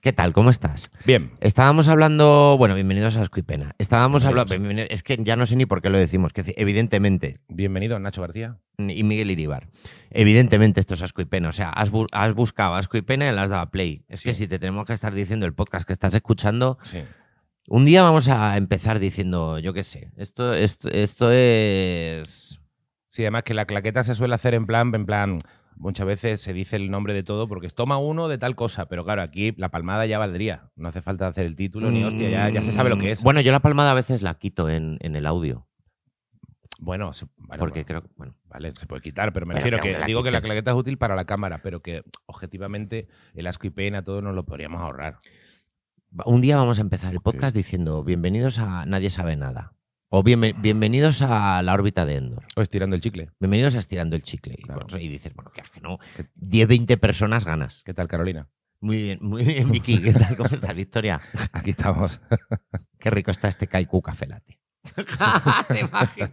¿Qué tal? ¿Cómo estás? Bien. Estábamos hablando, bueno, bienvenidos a Escuipena. Estábamos hablando, Bienvenidos. bienvenido- es que ya no sé ni por qué lo decimos, que evidentemente, Bienvenido, Nacho García. y Miguel Iribar, evidentemente esto es Ascuipena, o sea, has, bu- has buscado Ascuipena y le has dado a play. Es que Sí. si te tenemos que estar diciendo el podcast que estás escuchando, Sí. un día vamos a empezar diciendo, yo qué sé, esto, esto, esto es... Sí, además que la claqueta se suele hacer en plan, en plan, muchas veces se dice el nombre de todo porque es toma uno de tal cosa, pero claro, aquí la palmada ya valdría. No hace falta hacer el título ni hostia, ya, ya se sabe lo que es. Mm, Bueno, yo la palmada a veces la quito en, en el audio, Bueno, se- vale, porque bueno, creo que... Bueno. vale, se puede quitar, pero me Pero refiero que aún que la digo que la quitas. claqueta es útil para la cámara, pero que objetivamente el asco y pena todo nos lo podríamos ahorrar. Va- Un día vamos a empezar el podcast diciendo bienvenidos a Nadie sabe nada. O bienve- Ah. bienvenidos a la órbita de Endor. O estirando el chicle. Bienvenidos a Estirando el Chicle. Y Claro. bueno, Y, dices, bueno, que, que no. Que- 10, 20 personas ganas. ¿Qué tal, Carolina? Muy bien, muy bien, Vicky. ¿Qué tal? ¿Cómo estás, Victoria? Aquí estamos. Qué rico está este Kaiku Café Latte. Te imaginas.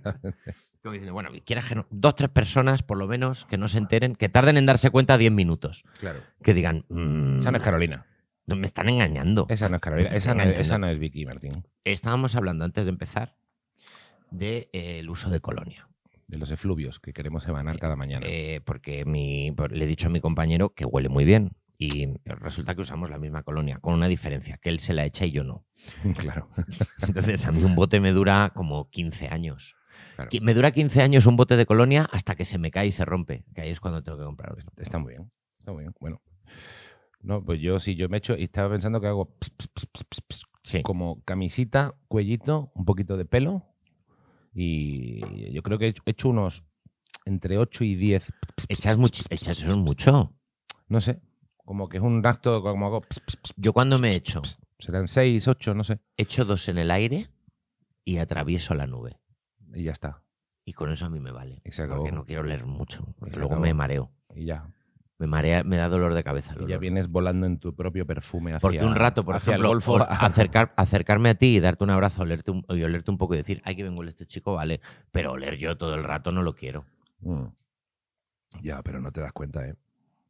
Como diciendo, bueno, quieras que no, dos, tres personas por lo menos que no se enteren, que tarden en darse cuenta 10 minutos. Claro. Que digan, "Mm, Esa no es Carolina. no, me están engañando. Esa no es Carolina. Esa no es, esa no es Vicky Martín. Estábamos hablando antes de empezar del uso de colonia. De los efluvios que queremos emanar cada mañana. Eh, porque mi- por- le he dicho a mi compañero que huele muy bien y resulta que usamos la misma colonia, con una diferencia, que él se la echa y yo no. claro. Entonces a mí un bote me dura como 15 años. Claro. Qui- Me dura 15 años un bote de colonia hasta que se me cae y se rompe, que ahí es cuando tengo que comprar otro. Está muy bien. Está muy bien. Bueno. No, pues yo sí, yo me echo y estaba pensando que hago ps, ps, ps, ps, ps, ps, Sí. como camisita, cuellito, un poquito de pelo. Y yo creo que he hecho- he hecho unos entre 8 y 10. Echas, much- echas eso mucho. No sé. Como que es un acto, como hago. ps, ps, ps, Yo cuando me echo, Serán 6, 8, no sé. echo dos en el aire y atravieso la nube. Y ya está. Y con eso a mí me vale. Y se acabó. Porque no quiero leer mucho, porque se luego acabó. me mareo. Y ya. Me marea, me da dolor de cabeza. el Y ya olor. vienes volando en tu propio perfume hacia Porque un rato, por hacia ejemplo, el golfo. o- acercar, acercarme a ti y darte un abrazo olerte un- y olerte un poco y decir, ay, que vengo este chico, vale, pero oler yo todo el rato no lo quiero. Mm. Ya, pero no te das cuenta, ¿eh?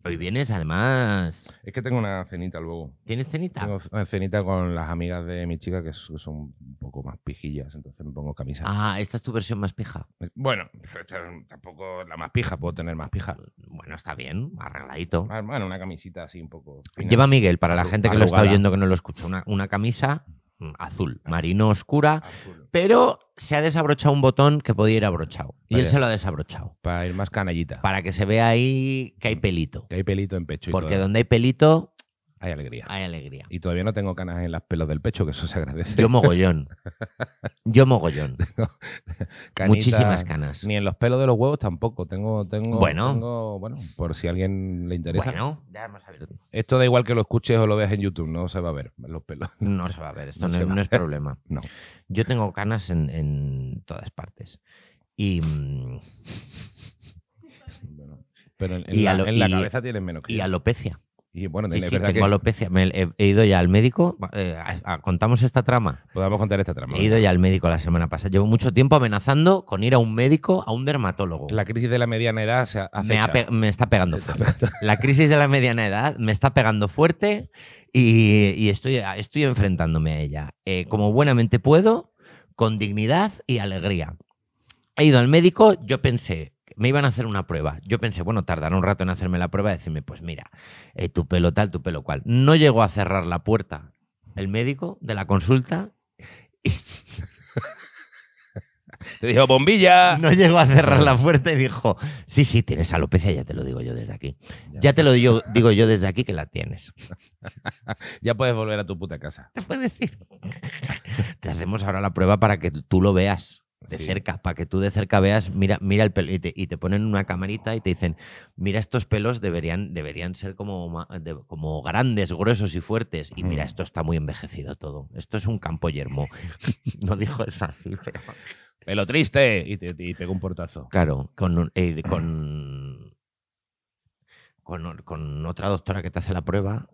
Hoy vienes, además, Es que tengo una cenita luego. ¿tienes cenita? Tengo una cenita con las amigas de mi chica que s- que son un poco más pijillas, entonces me pongo camisa. Ah, esta es tu versión más pija. Bueno, esta es tampoco la más pija, puedo tener más pija. Bueno, está bien, arregladito. Ah, Bueno, una camisita así un poco. fina. Lleva Miguel, para la Arru- gente que lo está arrugada. oyendo que no lo escucha, una, una camisa mm, azul, marino oscura, Azul. pero se ha desabrochado un botón que podía ir abrochado. Y él Vaya. se lo ha desabrochado. Para ir más canallita. Para que se vea ahí que hay pelito. Que hay pelito en pecho y Porque todo. donde hay pelito, Hay alegría. hay alegría. Y todavía no tengo canas en las pelos del pecho, que eso se agradece. Yo mogollón. Yo mogollón. Canitas, Muchísimas canas. Ni en los pelos de los huevos tampoco. Tengo, tengo, Bueno. tengo- bueno, por si a alguien le interesa. Bueno, ya vamos a ver. Esto da igual que lo escuches o lo veas en YouTube, no se va a ver los pelos. No se va a ver, esto No no, se es- va. no es problema. No. Yo tengo canas en, en todas partes. Y, mm, Bueno, pero en, en Y la, a lo- en la y- cabeza tienes menos que y yo. alopecia. Y bueno, Sí, es sí, verdad tengo que alopecia. Me- he, he ido ya al médico. eh, a- a- contamos esta trama. podamos contar esta trama. He ido ya al médico la semana pasada. Llevo mucho tiempo amenazando con ir a un médico, a un dermatólogo. La crisis de la mediana edad se hace. me, ha pe- me está pegando fuerte. La crisis de la mediana edad me está pegando fuerte y, y estoy, estoy enfrentándome a ella. eh, como buenamente puedo, con dignidad y alegría. He ido al médico, yo pensé, me iban a hacer una prueba. Yo pensé, bueno, tardará un rato en hacerme la prueba y decirme, pues mira, eh, tu pelo tal, tu pelo cual. No llegó a cerrar la puerta el médico de la consulta Te dijo, bombilla. no llegó a cerrar la puerta y dijo, sí, sí, tienes alopecia, ya te lo digo yo desde aquí. Ya. Ya te lo digo, digo yo desde aquí que la tienes. Ya puedes volver a tu puta casa. Te puedes ir. te hacemos ahora la prueba para que tú lo veas de Sí. cerca, para que tú de cerca veas, mira, mira el pelo y te, y te ponen una camarita y te dicen, mira, estos pelos deberían, deberían ser como, ma- de- como grandes, gruesos y fuertes. Y mira, Ujú. esto está muy envejecido todo. Esto es un campo yermo. no dijo eso así, pero... Pelo triste. Y te, y pegó un portazo. Claro, con, un- eh, con, con, con otra doctora que te hace la prueba,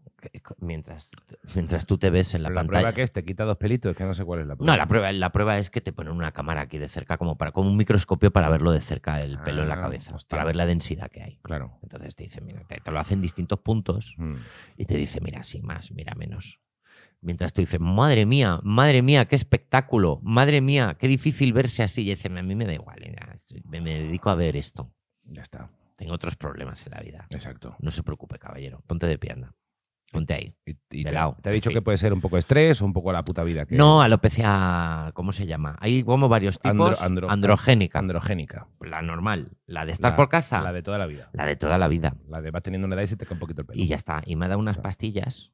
mientras, mientras tú te ves en la Pero pantalla. prueba que es, te quita dos pelitos, que no sé cuál es la prueba. No, la prueba, la prueba es que te ponen una cámara aquí de cerca, como para como un microscopio para verlo de cerca el pelo en la Ah, cabeza, hostia. para ver la densidad que hay. Claro. Entonces te dice, mira, te, te lo hacen distintos puntos Mm. y te dice, mira, sí, más, mira, menos. Mientras tú dices, madre mía, madre mía, qué espectáculo, madre mía, qué difícil verse así. Y dices, a mí me da igual, ya, estoy- me, me dedico a ver esto. Ya está. Tengo otros problemas en la vida. Exacto. No se preocupe, caballero, ponte de pie, anda. Ponte ahí. Y, y De te, lado, te ha dicho en fin. que puede ser un poco estrés, un poco la puta vida que No, alopecia, ¿cómo se llama? Hay como varios Andro- tipos. andro- androgénica. androgénica. la normal, la de estar La- por casa, La la de, de toda la vida. toda la vida. La de vas teniendo una edad y se te cae un poquito el pelo. Y ya está. Y me ha dado unas Claro. pastillas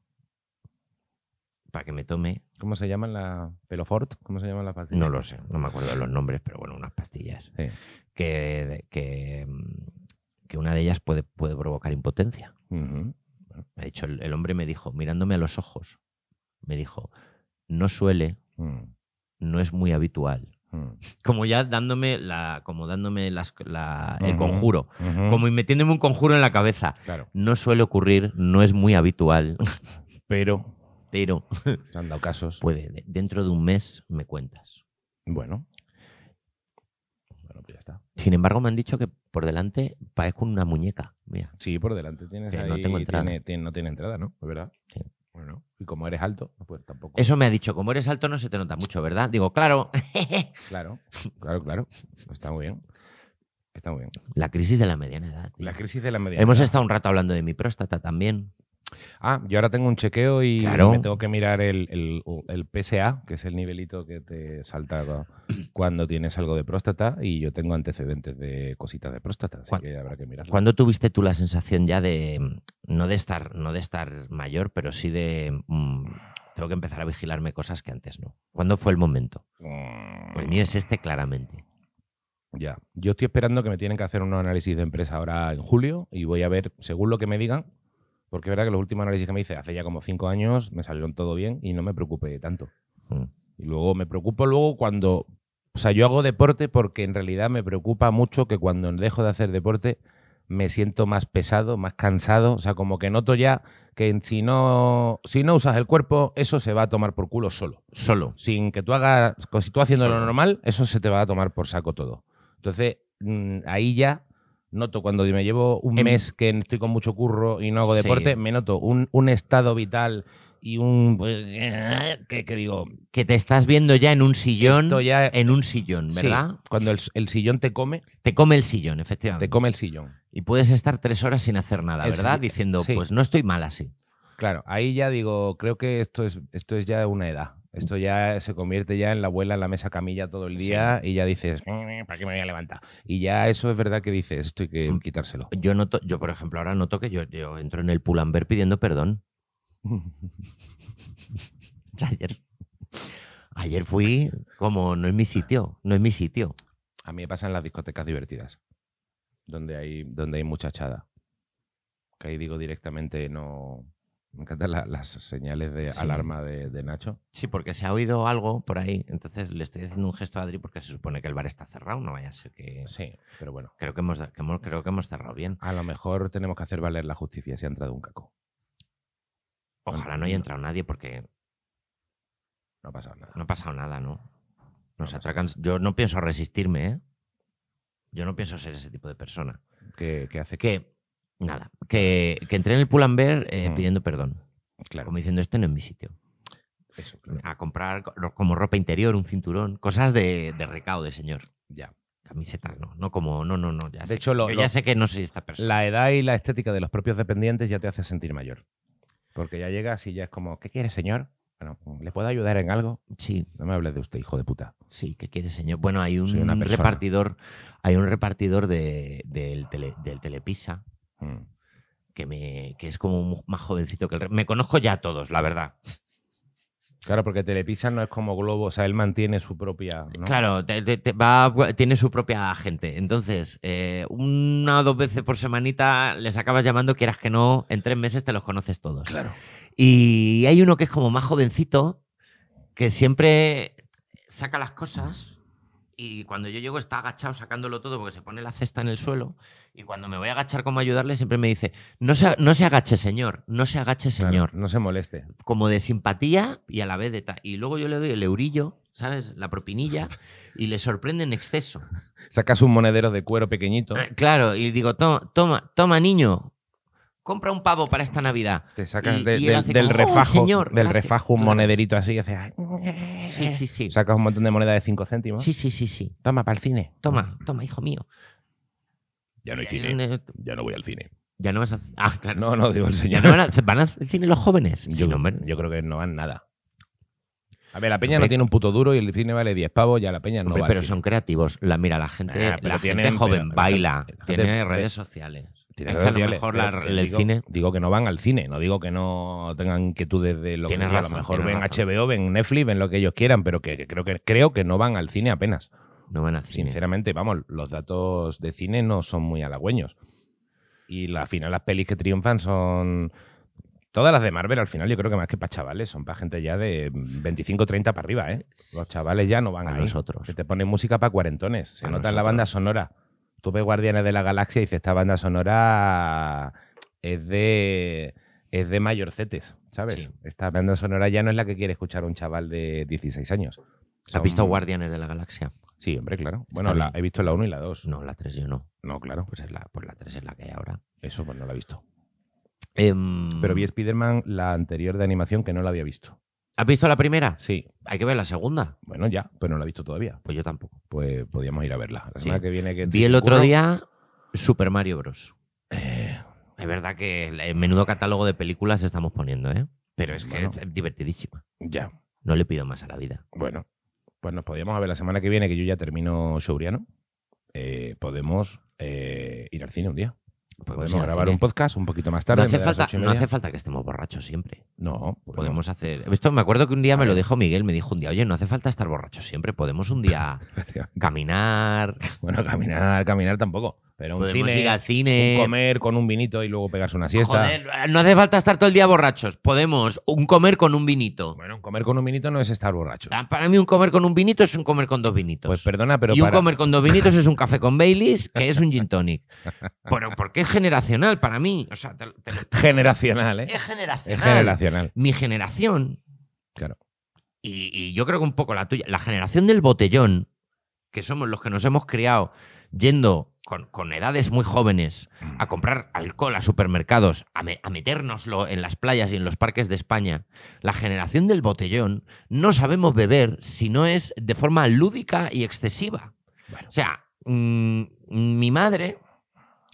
para que me tome. ¿Cómo se llaman la pelofort? ¿Cómo se llaman las pastillas? No lo sé, no me acuerdo de los nombres, pero bueno, unas pastillas. Sí. Que, que, mm, que una de ellas puede, puede provocar impotencia. Ujú. mm, Me ha dicho, el, el hombre me dijo, mirándome a los ojos, me dijo, no suele, Mm, no es muy habitual. mm, Como ya dándome la, como dándome las- la- el Ujú. conjuro, ujú. como metiéndome un conjuro en la cabeza. Claro. No suele ocurrir, no es muy habitual, Pero pero se han dado casos. puede. de- Dentro de un mes me cuentas. bueno. Bueno, pues ya está. Sin embargo, me han dicho que por delante parezco una muñeca. Mira, Sí, por delante tienes Que no ahí- tengo entrada. tiene- tiene- no tiene entrada, ¿no? Es verdad. Sí. Bueno. Y como eres alto, pues tampoco. eso me ha dicho, como eres alto no se te nota mucho, ¿verdad? Digo, claro, Claro, claro, claro. Está muy bien. Está muy bien. la crisis de la mediana edad. tío. La crisis de la mediana. Hemos edad. estado un rato hablando de mi próstata también. Ah, yo ahora tengo un chequeo y Claro. me tengo que mirar el, el- el PSA, que es el nivelito que te salta cu- cuando tienes algo de próstata. Y yo tengo antecedentes de cositas de próstata, así ¿Cuán- que habrá que mirarlo. ¿Cuándo tuviste tú la sensación ya de, mm, no de estar, no de estar mayor, pero sí de, mm, tengo que empezar a vigilarme cosas que antes no? ¿Cuándo fue el momento? Mm, Pues el mío es este claramente. Ya. Yo estoy esperando que me tienen que hacer unos análisis de empresa ahora en julio y voy a ver, según lo que me digan, porque es verdad que los últimos análisis que me hice hace ya como cinco años me salieron todo bien y no me preocupé tanto. Mm. Y luego me preocupo luego cuando. O sea, yo hago deporte porque en realidad me preocupa mucho que cuando dejo de hacer deporte me siento más pesado, más cansado. O sea, como que noto ya que si no, si no usas el cuerpo, eso se va a tomar por culo solo. Solo. Sin que tú hagas. con- Si tú haciendo lo Solo. normal, eso se te va a tomar por saco todo. Entonces, mm, ahí ya. Noto cuando me llevo un En- mes que estoy con mucho curro y no hago Em Sí. deporte, me noto un, un estado vital y un... que- que digo, Que te estás viendo ya en un sillón. esto ya en un sillón, Sí, ¿verdad? cuando el, el sillón te come, Te come el sillón, efectivamente. te come el sillón. Y puedes estar tres horas sin hacer nada, El ¿verdad? sill- Diciendo, sí. pues no estoy mal así. Claro, ahí ya digo, creo que esto es, esto es ya una edad. Esto ya se convierte ya en la abuela en la mesa camilla todo el día y ya dices, "Mm, ¿para qué me voy a levantar? Y ya eso es verdad que dices, esto hay que Mm. quitárselo. Yo noto, yo por ejemplo ahora noto que yo, yo entro en el Pull&Bear pidiendo perdón. Ayer. Ayer fui como, no es mi sitio, no es mi sitio. A mí me pasa en las discotecas divertidas, donde hay, donde hay muchachada. Que ahí digo directamente, no... Me encantan la- las señales de Sí. alarma de, de Nacho. Sí, porque se ha oído algo por ahí. Entonces le estoy haciendo un gesto a Adri porque se supone que el bar está cerrado. No vaya a ser que. Sí, pero bueno. Creo que hemos, que hemos- creo que hemos cerrado bien. A lo mejor tenemos que hacer valer la justicia si ha entrado un caco. Ojalá no haya entrado nadie porque No ha pasado nada. No ha pasado nada, ¿no? Nos atracan. Yo no pienso resistirme, ¿eh? Yo no pienso ser ese tipo de persona. ¿Qué, qué hace? Que, nada, que, que entré en el Pull&Bear eh, Mm. pidiendo perdón. Claro, Como diciendo, este no es mi sitio. eso, claro. A comprar co- como ropa interior, un cinturón, cosas de, de recaude, señor. Ya. Camisetas, no, no como, no, no, no. Ya De sé, hecho, lo- yo lo- ya sé que no soy esta persona. Pues La edad y la estética de los propios dependientes ya te hace sentir mayor. Porque ya llegas y ya es como, ¿qué quiere, señor? Bueno, ¿le puedo ayudar en algo? Sí, No me hables de usted, hijo de puta. Sí, ¿qué quiere, señor? Bueno, hay un Soy una persona. repartidor, hay un repartidor de, del, tele- del Telepisa Mm. que, me, que es como mu- más jovencito que el re- Me conozco ya a todos, la verdad. Claro, porque Telepisa no es como Globo, o sea, él mantiene su propia. ¿no? Claro, te- te- te va- tiene su propia gente. Entonces, eh, una o dos veces por semanita les acabas llamando, quieras que no, en tres meses te los conoces todos. claro. Y hay uno que es como más jovencito, que siempre saca las cosas Y cuando yo llego está agachado sacándolo todo porque se pone la cesta en el suelo. Y cuando me voy a agachar como a ayudarle, siempre me dice, no se, no se agache, señor, no se agache, Claro, señor. no se moleste. Como de simpatía y a la vez de tal. Y luego yo le doy el eurillo, ¿sabes? La propinilla y le sorprende en exceso. Sacas un monedero de cuero pequeñito, Ah, Claro, y digo, toma, toma, toma, niño, compra un pavo para esta Navidad. te sacas y- de- y él del, hace del como, "Oh, refajo, señor, del gracias". refajo un Claro. monederito así y haces, "Ay". eh". Sí, sí, sí. sacas un montón de monedas de 5 céntimos. Sí, sí, sí, sí. Toma, para el cine. Toma, toma, hijo mío. Ya no hay Y ahí cine. donde- Ya no voy al cine. Ya no vas a... Ah, claro. No, no, digo el Ya señor. no van, a, ¿Van al cine los jóvenes? Sí, Yo, no, hombre. yo creo que no van nada. A ver, la peña no Hombre. tiene un puto duro y el cine vale 10 pavos, ya la peña no Hombre, va pero al cine. son creativos. La, mira, la gente, Ah, pero la gente tienen- joven pero- baila, la gente- tiene redes sociales. Tiene es que redes a lo sociales, mejor pero la- que eh, el digo- cine- Digo que no van al cine, no digo que no tengan inquietudes de lo que Tienes a lo razón, mejor tienes ven razón. HBO, ven Netflix, ven lo que ellos quieran, pero que, que creo que creo que no van al cine apenas. No van al cine. Sinceramente, vamos, los datos de cine no son muy halagüeños. Y la- al final las pelis que triunfan son todas las de Marvel, al final yo creo que más que para chavales, son para gente ya de 25, 30 para arriba, ¿eh? Los chavales ya no van Para ahí. nosotros. Que te ponen música para cuarentones. Se A nota en la Pues nosotros. banda sonora. Tú ves Guardianes de la Galaxia y dices, esta banda sonora es de, es de mayorcetes, ¿sabes? Sí. Esta banda sonora ya no es la que quiere escuchar un chaval de 16 años. ¿Has Son- visto Guardianes de la Galaxia? Sí, hombre, claro. Bueno, la- bien. he visto la 1 y la 2. No, la 3 yo no. No, claro. Pues, es la, pues la 3 es la que hay ahora. Eso pues no la he visto. Em, Pero vi Spider-Man, la anterior de animación, que no la había visto. ¿Has visto la primera? Sí. Hay que ver la segunda. Bueno, ya, pero no la he visto todavía. Pues yo tampoco. Pues podíamos ir a verla. La Sí. semana que viene que... estoy Eh, Vi el sin otro curro, día Super Mario Bros. Es verdad que el el menudo catálogo de películas estamos poniendo, ¿eh? Pero es que Bueno. es divertidísima. Ya, No le pido más a la vida. Bueno, pues nos podíamos ver la semana que viene, que yo ya termino Showbriano. Eh, podemos eh, ir al cine un día. Podemos ir al grabar cine. un podcast un poquito más tarde. no, en hace vez de las falta, ocho y no media. hace falta que estemos borrachos siempre. No, podemos. Podemos hacer. Esto me acuerdo que un día A me lo ver. dijo Miguel, me dijo un día, oye, no hace falta estar borrachos siempre, podemos un día caminar, Bueno, caminar, caminar tampoco. Pero un podemos cine, ir al un cine. comer con un vinito y luego pegarse una siesta. Joder, no hace falta estar todo el día borrachos. Podemos un comer con un vinito. Bueno, un comer con un vinito no es estar borracho. Ah, Para mí, un comer con un vinito es un comer con dos vinitos. Pues perdona, pero y un para- comer con dos vinitos es un café con Baileys, que es un gin tonic. Pero porque es generacional para mí. O sea, te lo- te lo- generacional, ¿eh? es generacional. Es generacional. Mi generación, Claro. y, y yo creo que un poco la tuya, la generación del botellón, que somos los que nos hemos criado yendo con, con edades muy jóvenes Mm. a comprar alcohol a supermercados, a, me- a metérnoslo en las playas y en los parques de España, la generación del botellón no sabemos beber si no es de forma lúdica y excesiva. Bueno. O sea, mm, mi madre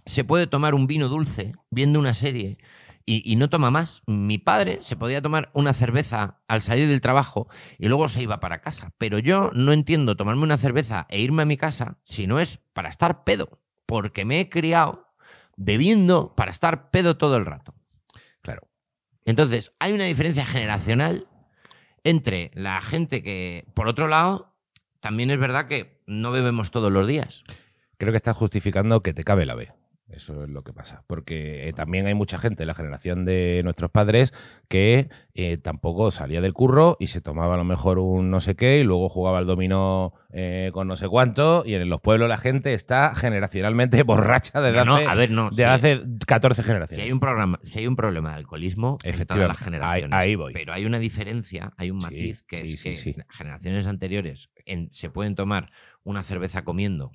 se puede tomar un vino dulce viendo una serie y, y no toma más. Mi padre se podía tomar una cerveza al salir del trabajo y luego se iba para casa. Pero yo no entiendo tomarme una cerveza e irme a mi casa si no es para estar pedo, porque me he criado bebiendo para estar pedo todo el rato. Claro. Entonces, hay una diferencia generacional entre la gente que, por otro lado, también es verdad que no bebemos todos los días. creo que estás justificando que te cabe la B. Eso es lo que pasa. Porque eh, también hay mucha gente, la generación de nuestros padres, que eh, tampoco salía del curro y se tomaba a lo mejor un no sé qué y luego jugaba al dominó eh, con no sé cuánto. Y en los pueblos la gente está generacionalmente borracha desde, No, hace, no, a ver, no. desde si- hace 14 Si hay, generaciones. un programa, si hay un problema de alcoholismo en todas las Efectivamente. generaciones. Ahí- ahí voy. Pero hay una diferencia, hay un Sí, matiz que sí, es sí, que sí. generaciones anteriores en- se pueden tomar una cerveza comiendo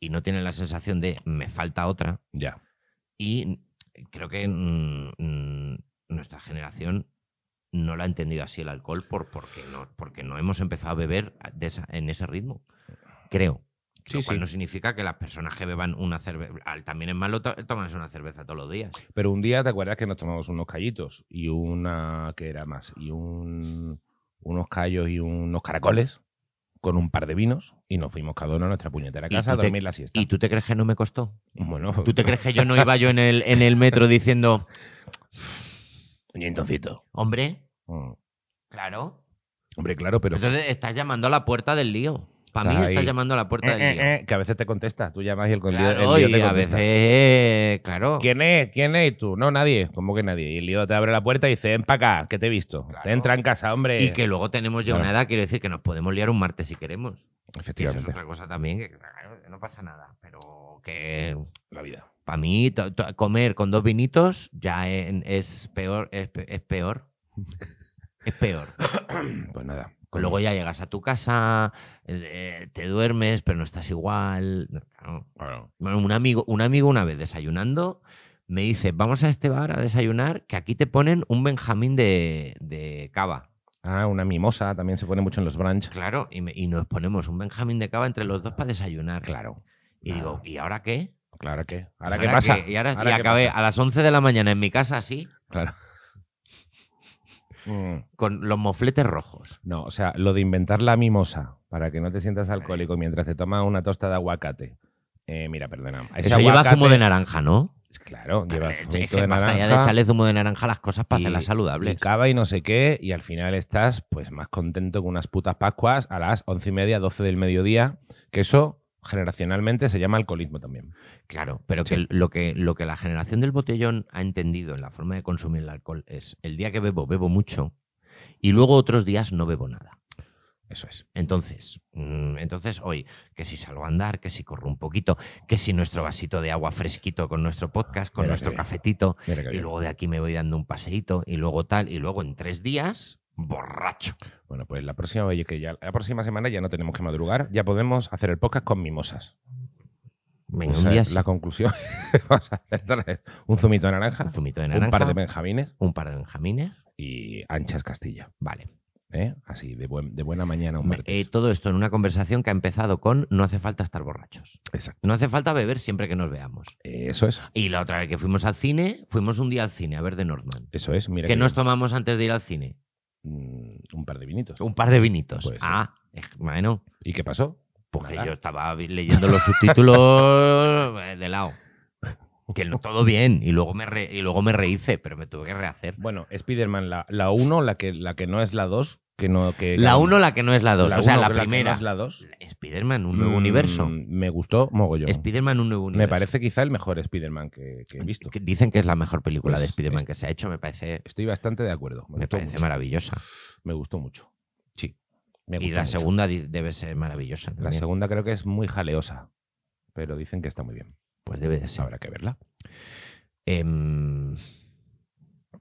y no tienen la sensación de me falta otra. Ya. Y creo que mm, mm, nuestra generación no la ha entendido así el alcohol por, porque, no, porque no hemos empezado a beber de esa- en ese ritmo. Creo. Sí, lo cual sí. no significa que las personas que beban una cerveza. También es malo to- tomarse una cerveza todos los días. Pero un día te acuerdas que nos tomamos unos callitos y una que era más y un, unos callos y unos caracoles con un par de vinos y nos fuimos cada uno a nuestra puñetera Y casa a tú te- dormir la siesta. ¿Y tú te crees que no me costó? bueno, ¿Tú te crees que yo no iba yo en el, en el metro diciendo, puñetoncito. hombre, Mm. claro? Hombre, claro, pero eh, Entonces estás llamando a la puerta del lío. Para mí Estás estás ahí. llamando a la puerta Eh, del lío. eh, eh, que a veces te contesta, tú llamas y el, con- Claro, el lío y te a contesta. veces, claro. ¿Quién es? ¿Quién es? Y tú, no, nadie. ¿Cómo que nadie? Y el lío te abre la puerta y dice, ven para acá, que te he visto. Claro. Te entra en casa, hombre. Y que luego tenemos ya Claro. una edad, quiero decir que nos podemos liar un martes si queremos. Que Eso es Efectivamente. otra cosa también, que claro, que no pasa nada, pero que La vida. para mí to- to- comer con dos vinitos ya en- es peor, es, pe- es peor. Es peor. Pues nada. Luego ya llegas a tu casa, eh, te duermes, pero no estás igual. Claro. Claro. Bueno, un amigo, un amigo una vez desayunando me dice, vamos a este bar a desayunar, que aquí te ponen un Benjamín de, de cava. Ah, una mimosa también se pone mucho en los brunch. Claro, y, me- y nos ponemos un Benjamín de cava entre los dos para desayunar. Claro. Y digo, ¿y ahora qué? Claro que. ¿Y ¿Ahora, qué pasa? Y ahora, ¿Ahora y qué acabé pasa? a las 11 de la mañana en mi casa así, Claro. Mm, con los mofletes rojos. No, o sea, lo de inventar la mimosa para que no te sientas alcohólico mientras te tomas una tosta de aguacate. Eh, mira, perdona. ese Eso lleva aguacate- zumo de naranja, ¿no? Claro, lleva Vale, zumito es que de basta ya de naranja. echarle zumo de naranja a las cosas para y- hacerlas y saludables. cava y no sé qué, y al final estás pues más contento que unas putas pascuas a las once y media, doce del mediodía, que eso generacionalmente se llama alcoholismo también. Claro, pero que lo, que lo que la generación del botellón ha entendido en la forma de consumir el alcohol es el día que bebo, bebo mucho y luego otros días no bebo nada. Eso es. Entonces, mm, entonces hoy, que si salgo a andar, que si corro un poquito, que si nuestro vasito de agua fresquito con nuestro podcast, con Mira qué nuestro bien. cafetito, Mira qué y bien. luego de aquí me voy dando un paseíto y luego tal, y luego en tres días, borracho. Bueno, pues la próxima vez que ya la próxima semana ya no tenemos que madrugar, ya podemos hacer el podcast con mimosas. Venga, Esa un día es sí, la conclusión. Vamos a hacer un zumito de naranja, un zumito de un naranja, par de benjamines benjamines. y anchas Castilla. Vale. ¿eh? Así, de, buen- de buena mañana un Me- eh, martes. todo esto en una conversación que ha empezado con no hace falta estar borrachos. Exacto. No hace falta beber siempre que nos veamos. Eso es. Y la otra vez que fuimos al cine, fuimos un día al cine a ver The Northman. Eso es. Mira Que qué nos bien. tomamos antes de ir al cine? Mm, un par de vinitos. Un par de vinitos. Puede ser. ah, es- bueno, ¿Y qué pasó? porque Pues Nada. yo estaba vi- leyendo los subtítulos eh, de lado. Que no, todo bien. Y luego, me re- y luego me rehice, pero me tuve que rehacer. Bueno, Spider-Man, la, la 1, la que, la que no es la 2, que no... Que, La 1, la que no es la 2. O sea, la uno, que primera. que no es la 2. Spider-Man, un nuevo universo. Me gustó mogollón. Spider-Man, un nuevo universo. Me parece quizá el mejor Spider-Man que, que he visto. Que dicen que es la mejor película de Pues, Spider-Man es- que se ha hecho. Me parece, Estoy bastante de acuerdo. Me, me gustó, parece mucho. maravillosa. me gustó mucho. Sí. Me Y gustó la mucho. segunda di- debe ser maravillosa. La también. segunda creo que es muy jaleosa, pero dicen que está muy bien. Pues debe de ser. Habrá que verla. Em,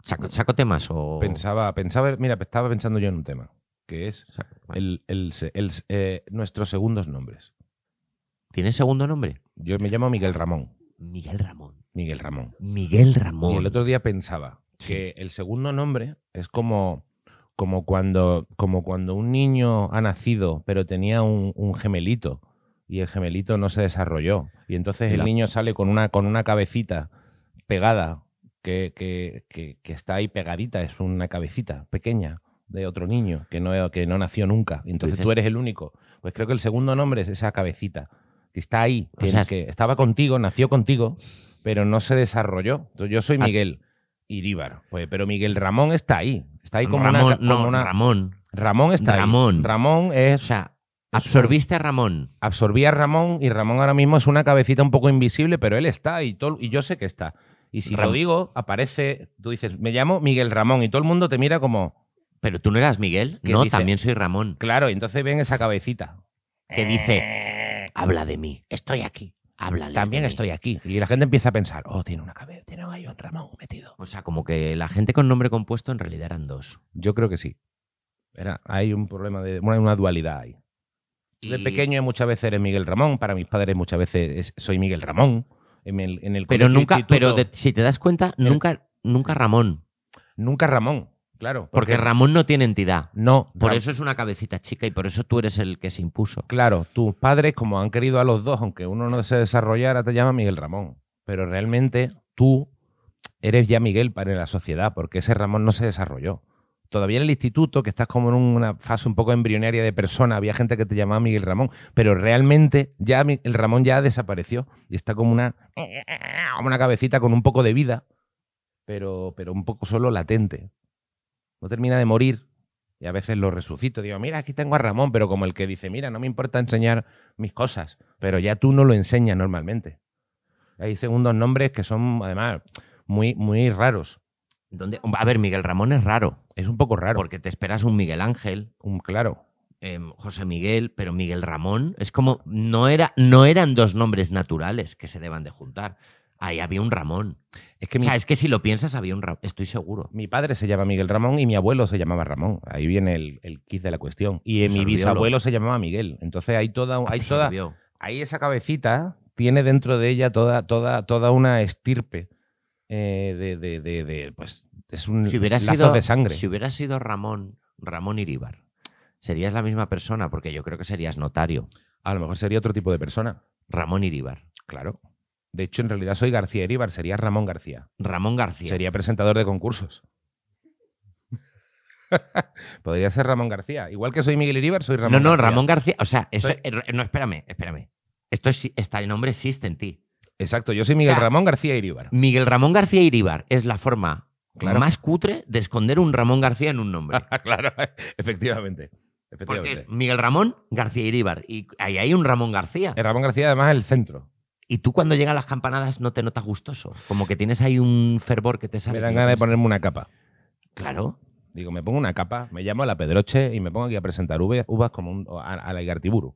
saco, saco temas o. Pensaba, pensaba, mira, estaba pensando yo en un tema, que es Sa- vale. el, el se- el se- eh, nuestros segundos nombres. ¿Tiene segundo nombre? Yo me llamo Miguel Ramón. Miguel Ramón. Miguel Ramón. Miguel Y Ramón. el otro día pensaba Sí. que el segundo nombre es como, como, cuando, como cuando un niño ha nacido, pero tenía un, un gemelito y el gemelito no se desarrolló. Y entonces Y el la- niño sale con una, con una cabecita pegada, que, que- que- que está ahí pegadita, es una cabecita pequeña de otro niño que no, que no nació nunca. Y Entonces dices- tú eres el único. Pues creo que el segundo nombre es esa cabecita, que está ahí, O que- sea, que estaba contigo, nació contigo, pero no se desarrolló. Entonces, yo soy Has- Miguel Iríbar, pues, pero Miguel Ramón está ahí. Está ahí como Ramón, una. como no, una- Ramón. Ramón está ahí. Ramón. Ramón O es. sea, absorbiste a Ramón. Absorbí a Ramón y Ramón ahora mismo es una cabecita un poco invisible, pero él está y, todo, y yo sé que está. Y si lo Ram- digo, aparece. Tú dices, me llamo Miguel Ramón y todo el mundo te mira como. Pero tú no eras Miguel. ¿Qué No, dice? también soy Ramón. Claro, y entonces ven esa cabecita. Que dice: Habla de mí. Estoy aquí. Háblale. También estoy aquí. Y la gente empieza a pensar, oh, tiene una cabeza, tiene ahí un Ramón metido. O sea, como que la gente con nombre compuesto en realidad eran dos. Yo creo que sí. Era, hay un problema de. Bueno, hay una dualidad ahí. De Y- pequeño muchas veces eres Miguel Ramón, para mis padres muchas veces es- soy Miguel Ramón. En el, en el Pero colegio, nunca, instituto, pero de- si te das cuenta, nunca, nunca Ramón. nunca Ramón, claro. Porque Ramón no tiene entidad. No, Por Ram- eso es una cabecita chica y por eso tú eres el que se impuso. Claro, tus padres, como han querido a los dos, aunque uno no se desarrollara, te llama Miguel Ramón. Pero realmente tú eres ya Miguel para la sociedad, porque ese Ramón no se desarrolló. Todavía en el instituto, que estás como en una fase un poco embrionaria de persona, había gente que te llamaba Miguel Ramón, pero realmente ya Mi- el Ramón ya desapareció y está como una, como una cabecita con un poco de vida, pero, pero un poco solo latente. No termina de morir, y a veces lo resucito. Digo, mira, aquí tengo a Ramón, pero como el que dice, mira, no me importa enseñar mis cosas, pero ya tú no lo enseñas normalmente. Hay segundos nombres que son, además, muy, muy raros. ¿Dónde? A ver, Miguel Ramón es raro. Es un poco raro. Porque te esperas un Miguel Ángel, Un, claro. eh, José Miguel, pero Miguel Ramón. Es como, no, era, no eran dos nombres naturales que se deban de juntar. Ahí había un Ramón. Es que o mi, sea, es que si lo piensas, había un Ramón, estoy seguro. mi padre se llama Miguel Ramón y mi abuelo se llamaba Ramón. Ahí viene el, el kit de la cuestión. Y eh, mi Absorbiólo. bisabuelo se llamaba Miguel. Entonces hay toda, Ah, hay toda, Absorbió. ahí esa cabecita tiene dentro de ella toda, toda, toda una estirpe eh, de, de- de- de, pues es un Si hubiera lazo sido de sangre. Si hubiera sido Ramón, Ramón Iríbar, serías la misma persona, porque yo creo que serías notario. A lo mejor sería otro tipo de persona. Ramón Iríbar. Claro. De hecho, en realidad soy García Eríbar, sería Ramón García. Ramón García. Sería presentador de concursos. Podría ser Ramón García. Igual que soy Miguel Eríbar, soy Ramón no, no, García. Ramón García. O sea, eso, Soy- eh, no, espérame, espérame. Esto es- este nombre existe en ti. Exacto, yo soy Miguel O sea, Ramón García Eríbar. Miguel Ramón García Iríbar es la forma Claro. más cutre de esconder un Ramón García en un nombre. Ah, claro, efectivamente. Porque efectivamente. es Miguel Ramón García Iríbar. Y ahí hay un Ramón García. El Eh, Ramón García, además, es el centro. Y tú cuando llegan las campanadas no te notas gustoso. Como que tienes ahí un fervor que te sale. Me dan ganas de ponerme una capa. Claro. Digo, me pongo una capa, me llamo a la Pedroche y me pongo aquí a presentar uve- uvas como un, a, a la Igartiburu.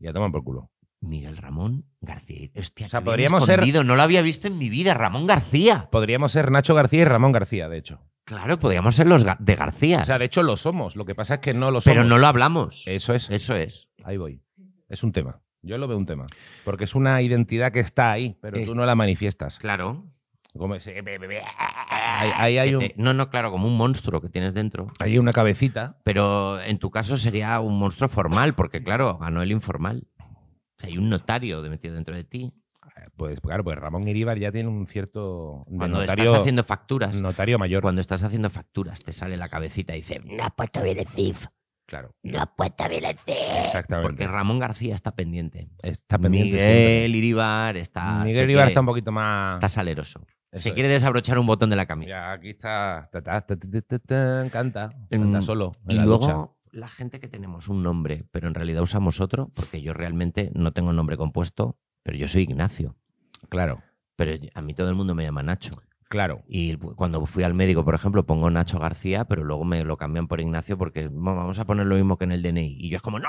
Y a tomar por culo. Miguel Ramón García. Hostia, O sea, qué bien podríamos ser- escondido. No lo había visto en mi vida, Ramón García. Podríamos ser Nacho García y Ramón García, de hecho. Claro, podríamos ser los Ga- de García. O sea, de hecho lo somos. Lo que pasa es que no lo somos. Eh, pero no lo Eh. hablamos. Eso es. Eso es. Ahí voy. Es un tema. Yo lo veo un tema. Porque es una identidad que está ahí, pero Es- tú no la manifiestas. Claro. Como ese- Ahí, ahí hay, un- Eh, No, no, claro, como un monstruo que tienes dentro. ahí hay una cabecita. Pero en tu caso sería un monstruo formal, porque claro, ganó el informal. O sea, hay un notario de metido dentro de ti. Pues claro, pues Ramón Iríbar ya tiene un cierto de Cuando notario, estás haciendo facturas, notario mayor. cuando estás haciendo facturas, te sale la cabecita y dice, no ha puesto bien el CIF, Claro, no ha puesto bien el CIF. Porque exactamente. Ramón García está pendiente. Está pendiente. siempre. Miguel Iribar está. se Miguel Ibar quiere- está un poquito más. está saleroso. Eso se es. quiere desabrochar un botón de la camisa. Ya, aquí está. ta, ta, ta, ta, ta, ta, ta, canta. Em, Canta solo. en Y la luego ducha. la gente que tenemos un nombre, pero en realidad usamos otro, porque yo realmente no tengo nombre compuesto, pero yo soy Ignacio. Claro, Pero yo- a mí todo el mundo me llama Nacho. claro. Y cuando fui al médico, por ejemplo, pongo Nacho García, pero luego me lo cambian por Ignacio porque "Bueno, vamos a poner lo mismo que en el DNI. Y yo es como, ¡No!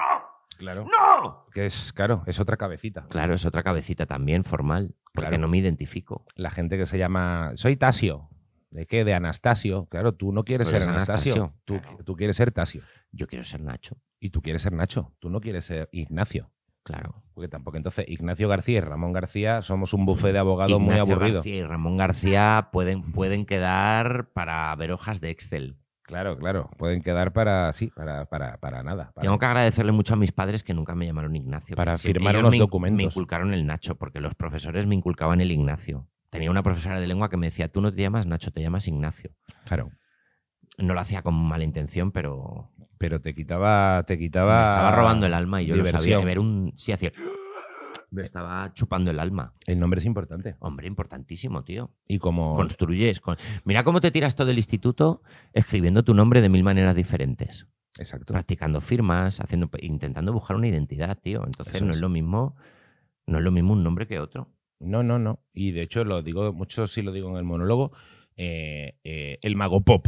Claro. ¡No! Que es, claro, es otra cabecita. Claro, es otra cabecita también, formal, porque Claro. no me identifico. la gente que se llama. Soy Tasio. ¿De qué? De Anastasio. Claro, tú no quieres Tú eres ser Anastasio. Pues Anastasio, Tú, claro. tú quieres ser Tasio. Yo quiero ser Nacho, Y tú quieres ser Nacho. Tú no quieres ser Ignacio. claro. Porque tampoco. Entonces, Ignacio García y Ramón García somos un buffet de abogados muy Ignacio aburrido. García y Ramón García pueden, pueden quedar para ver hojas de Excel. Claro, claro. Pueden quedar para. Sí, para, para, para nada. para- Tengo que agradecerle mucho a mis padres que nunca me llamaron Ignacio. Para porque siempre firmar ellos unos me in- documentos. Me inculcaron el Nacho, porque los profesores me inculcaban el Ignacio. Tenía una profesora de lengua que me decía, tú no te llamas Nacho, te llamas Ignacio. Claro. No lo hacía con mala intención, pero Pero te quitaba. Te quitaba. me estaba robando el alma y yo lo sabía. diversión. Era un... Sí, hacía... Me estaba chupando el alma. El nombre es importante. Hombre, importantísimo, tío. Y como. Construyes. con- Mira cómo te tiras todo el instituto escribiendo tu nombre de mil maneras diferentes. Exacto. practicando firmas, haciendo, intentando buscar una identidad, tío. Entonces Eso no es. es lo mismo, no es lo mismo un nombre que otro. No, no, no. Y de hecho lo digo, mucho sí lo digo en el monólogo, eh, eh, el mago pop.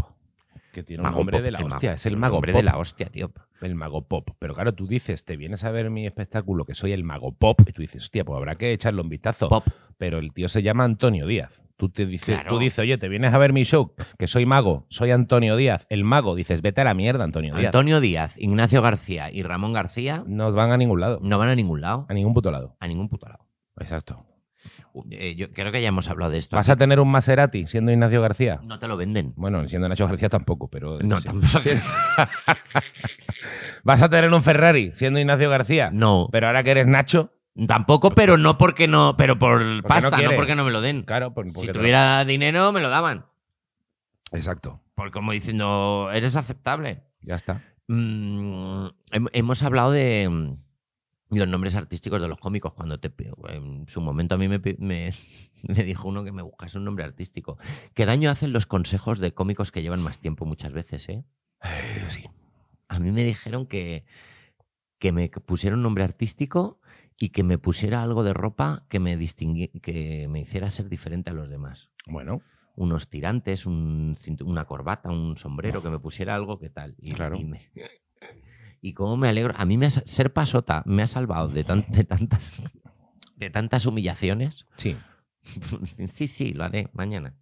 Que tiene un Mago nombre pop, de la el mago- hostia, es el mago pop. nombre de la hostia, tío. El mago pop. Pero claro, tú dices, te vienes a ver mi espectáculo que soy el mago pop, y tú dices, hostia, pues habrá que echarle un vistazo. Pop. Pero el tío se llama Antonio Díaz. Tú, te dices, Claro. tú dices, oye, te vienes a ver mi show, que soy mago, soy Antonio Díaz, el mago. Dices, vete a la mierda, Antonio Díaz. Antonio Díaz, Ignacio García y Ramón García No van a ningún lado, no van a ningún lado, a ningún puto lado. a ningún puto lado. Exacto. Eh, yo creo que ya hemos hablado de esto. ¿Vas a tener un Maserati siendo Ignacio García? No te lo venden. Bueno, siendo Nacho García tampoco, pero. No, sí. tampoco. Vas a tener un Ferrari siendo Ignacio García. No, Pero ahora que eres Nacho, tampoco, pero no porque no, pero por pasta, no, quiere. porque no me lo den. claro, por- porque si te- tuviera dinero me lo daban, Exacto. por como diciendo eres aceptable. Ya está. Mm, hem- hemos hablado de mm, los nombres artísticos de los cómicos cuando te pe- en su momento a mí me, pi- me- me dijo uno que me buscase un nombre artístico. ¿Qué daño hacen los consejos de cómicos que llevan más tiempo muchas veces? eh? Eh, sí. A mí me dijeron que, que me pusiera un nombre artístico y que me pusiera algo de ropa que me distingui- que me hiciera ser diferente a los demás. Bueno, Unos tirantes, un cintu- una corbata, un sombrero, que me pusiera algo que tal. Y, Claro. y me- Y cómo me alegro. A mí me ha sa- ser pasota me ha salvado de, tan- de tantas, de tantas humillaciones. Sí. sí, sí, lo haré mañana.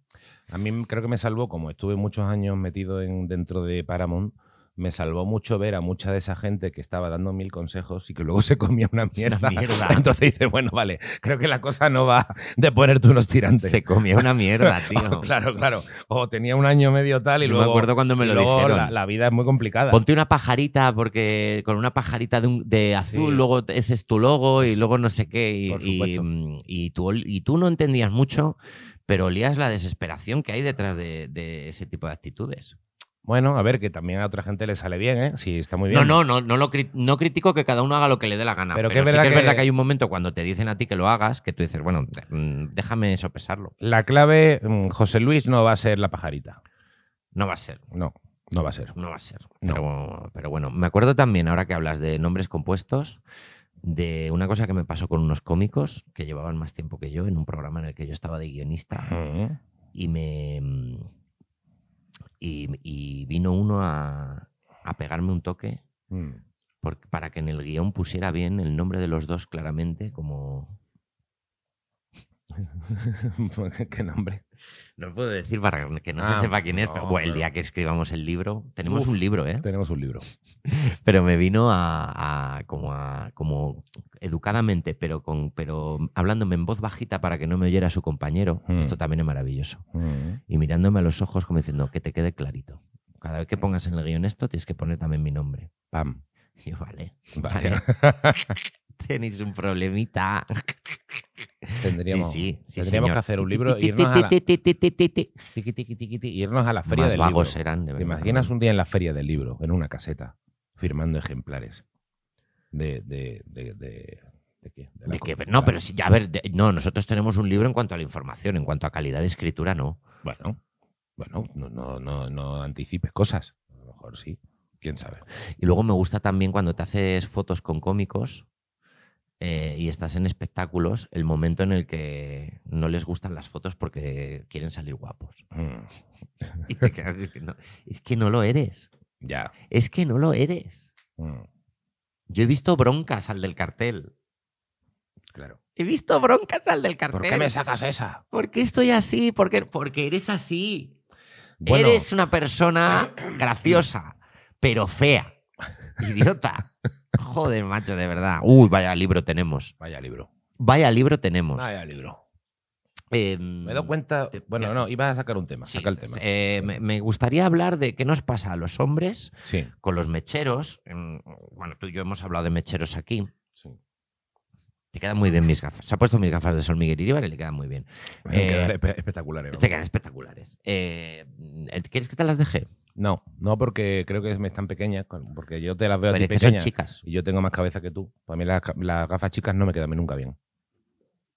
A mí creo que me salvó, como estuve muchos años metido en, dentro de Paramount, me salvó mucho ver a mucha de esa gente que estaba dando mil consejos y que luego se comía una mierda. mierda. Entonces dices, bueno, vale, creo que la cosa no va de ponerte unos tirantes. Se comió una mierda, tío. Claro, claro. O tenía un año medio tal y Yo luego. me acuerdo cuando me y lo luego dijeron. La, la vida es muy complicada. Ponte una pajarita, porque con una pajarita de, un- de azul, Sí. luego ese es tu logo y luego no sé qué. Y, Por y- supuesto. mm, y tú, ol- y tú no entendías mucho, pero olías la desesperación que hay detrás de, de ese tipo de actitudes. Bueno, a ver, que también a otra gente le sale bien, ¿eh? Sí, está muy bien. No, no, no, no, lo cri- no critico que cada uno haga lo que le dé la gana. Pero, Pero que sí es verdad que es verdad que- que hay un momento cuando te dicen a ti que lo hagas que tú dices, bueno, mm, déjame sopesarlo. La clave, mm, José Luis no va a ser la pajarita. No va a ser. No, no va a ser. No va a ser. No. Pero, pero bueno, me acuerdo también, ahora que hablas de nombres compuestos, de una cosa que me pasó con unos cómicos que llevaban más tiempo que yo en un programa en el que yo estaba de guionista Mm. y me. Y, y vino uno a, a pegarme un toque Mm. por- para que en el guión pusiera bien el nombre de los dos claramente, como. ¿Qué nombre? No puedo decir para que no Ah, se sepa quién es, pero no, bueno, el pero- día que escribamos el libro, tenemos Uf. un libro, ¿eh? Tenemos un libro. pero me vino a, a- como a como educadamente pero con pero hablándome en voz bajita para que no me oyera su compañero Hmm. esto también es maravilloso Mm. y mirándome a los ojos como diciendo que te quede clarito cada vez que pongas en el guión esto tienes que poner también mi nombre Pam. y yo vale Vale. Vale. tenéis un problemita Tendríamos, sí sí sí tendríamos señor. que hacer un libro e Ti, irnos a la, ti, ti, ti, ti, ti, ti. tiqui, tiqui, tiqui, ti, irnos a la feria más del vagos libro. serán de ¿Te verdad imaginas un día en la feria del libro, en una caseta, firmando ejemplares? De. de, de, de- ¿de qué? De la De que- co- no, la- pero sí, a ver, de- no, nosotros tenemos un libro en cuanto a la información, en cuanto a calidad de escritura, no. Bueno, bueno no, no, no, no anticipes cosas. A lo mejor sí. Quién sabe. Y luego me gusta también cuando te haces fotos con cómicos eh, y estás en espectáculos, el momento en el que no les gustan las fotos porque quieren salir guapos. Mm, Y te quedas diciendo, es que no lo eres, ya. es que no lo eres. Mm, Yo he visto broncas al del cartel. claro. He visto broncas al del cartel. ¿Por qué me sacas esa? ¿Por qué estoy así? ¿Por qué? Porque eres así. Bueno, Eres una persona graciosa, pero fea. Idiota. Joder, macho, de verdad. Uy, vaya libro tenemos. Vaya libro. Vaya libro tenemos. Vaya libro. Eh, Me doy cuenta. Te- Mm, Bueno, ya. no, ibas a sacar un tema. sí, Saca el tema. eh, me, me gustaría hablar de qué nos pasa a los hombres Sí. con los mecheros. Mm, Bueno, tú y yo hemos hablado de mecheros aquí. sí. Te quedan muy bien mis gafas. Se ha puesto mis gafas de Sol Miguel Iríbar y le quedan muy bien. Eh, Quedará espe- espectacular. eh, vamos. Te quedan espectaculares. Eh, ¿Quieres que te las deje? No, no, porque creo que me están pequeñas. con- Porque yo te las veo Pero a ti es que son pequeñas. chicas. Y yo tengo más cabeza que tú. Para mí las, ca- las gafas chicas no me quedan a mí nunca bien.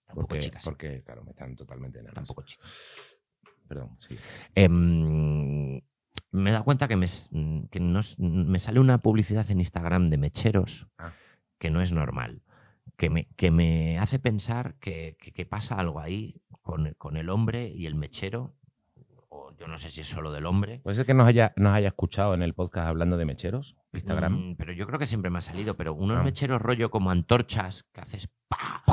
Tampoco Porque, chicas. porque claro, me están totalmente enanas. Tampoco chicas. Perdón, sí. Em, me he dado cuenta que, me, s- que no s- me sale una publicidad en Instagram de mecheros Ah. que no es normal, que me, que me hace pensar que, que- que pasa algo ahí con, con el hombre y el mechero, o yo no sé si es solo del hombre. Puede ser que nos haya, nos haya escuchado en el podcast hablando de mecheros, Instagram. Mm, pero yo creo que siempre me ha salido, pero unos Ah. mecheros rollo como antorchas que haces pa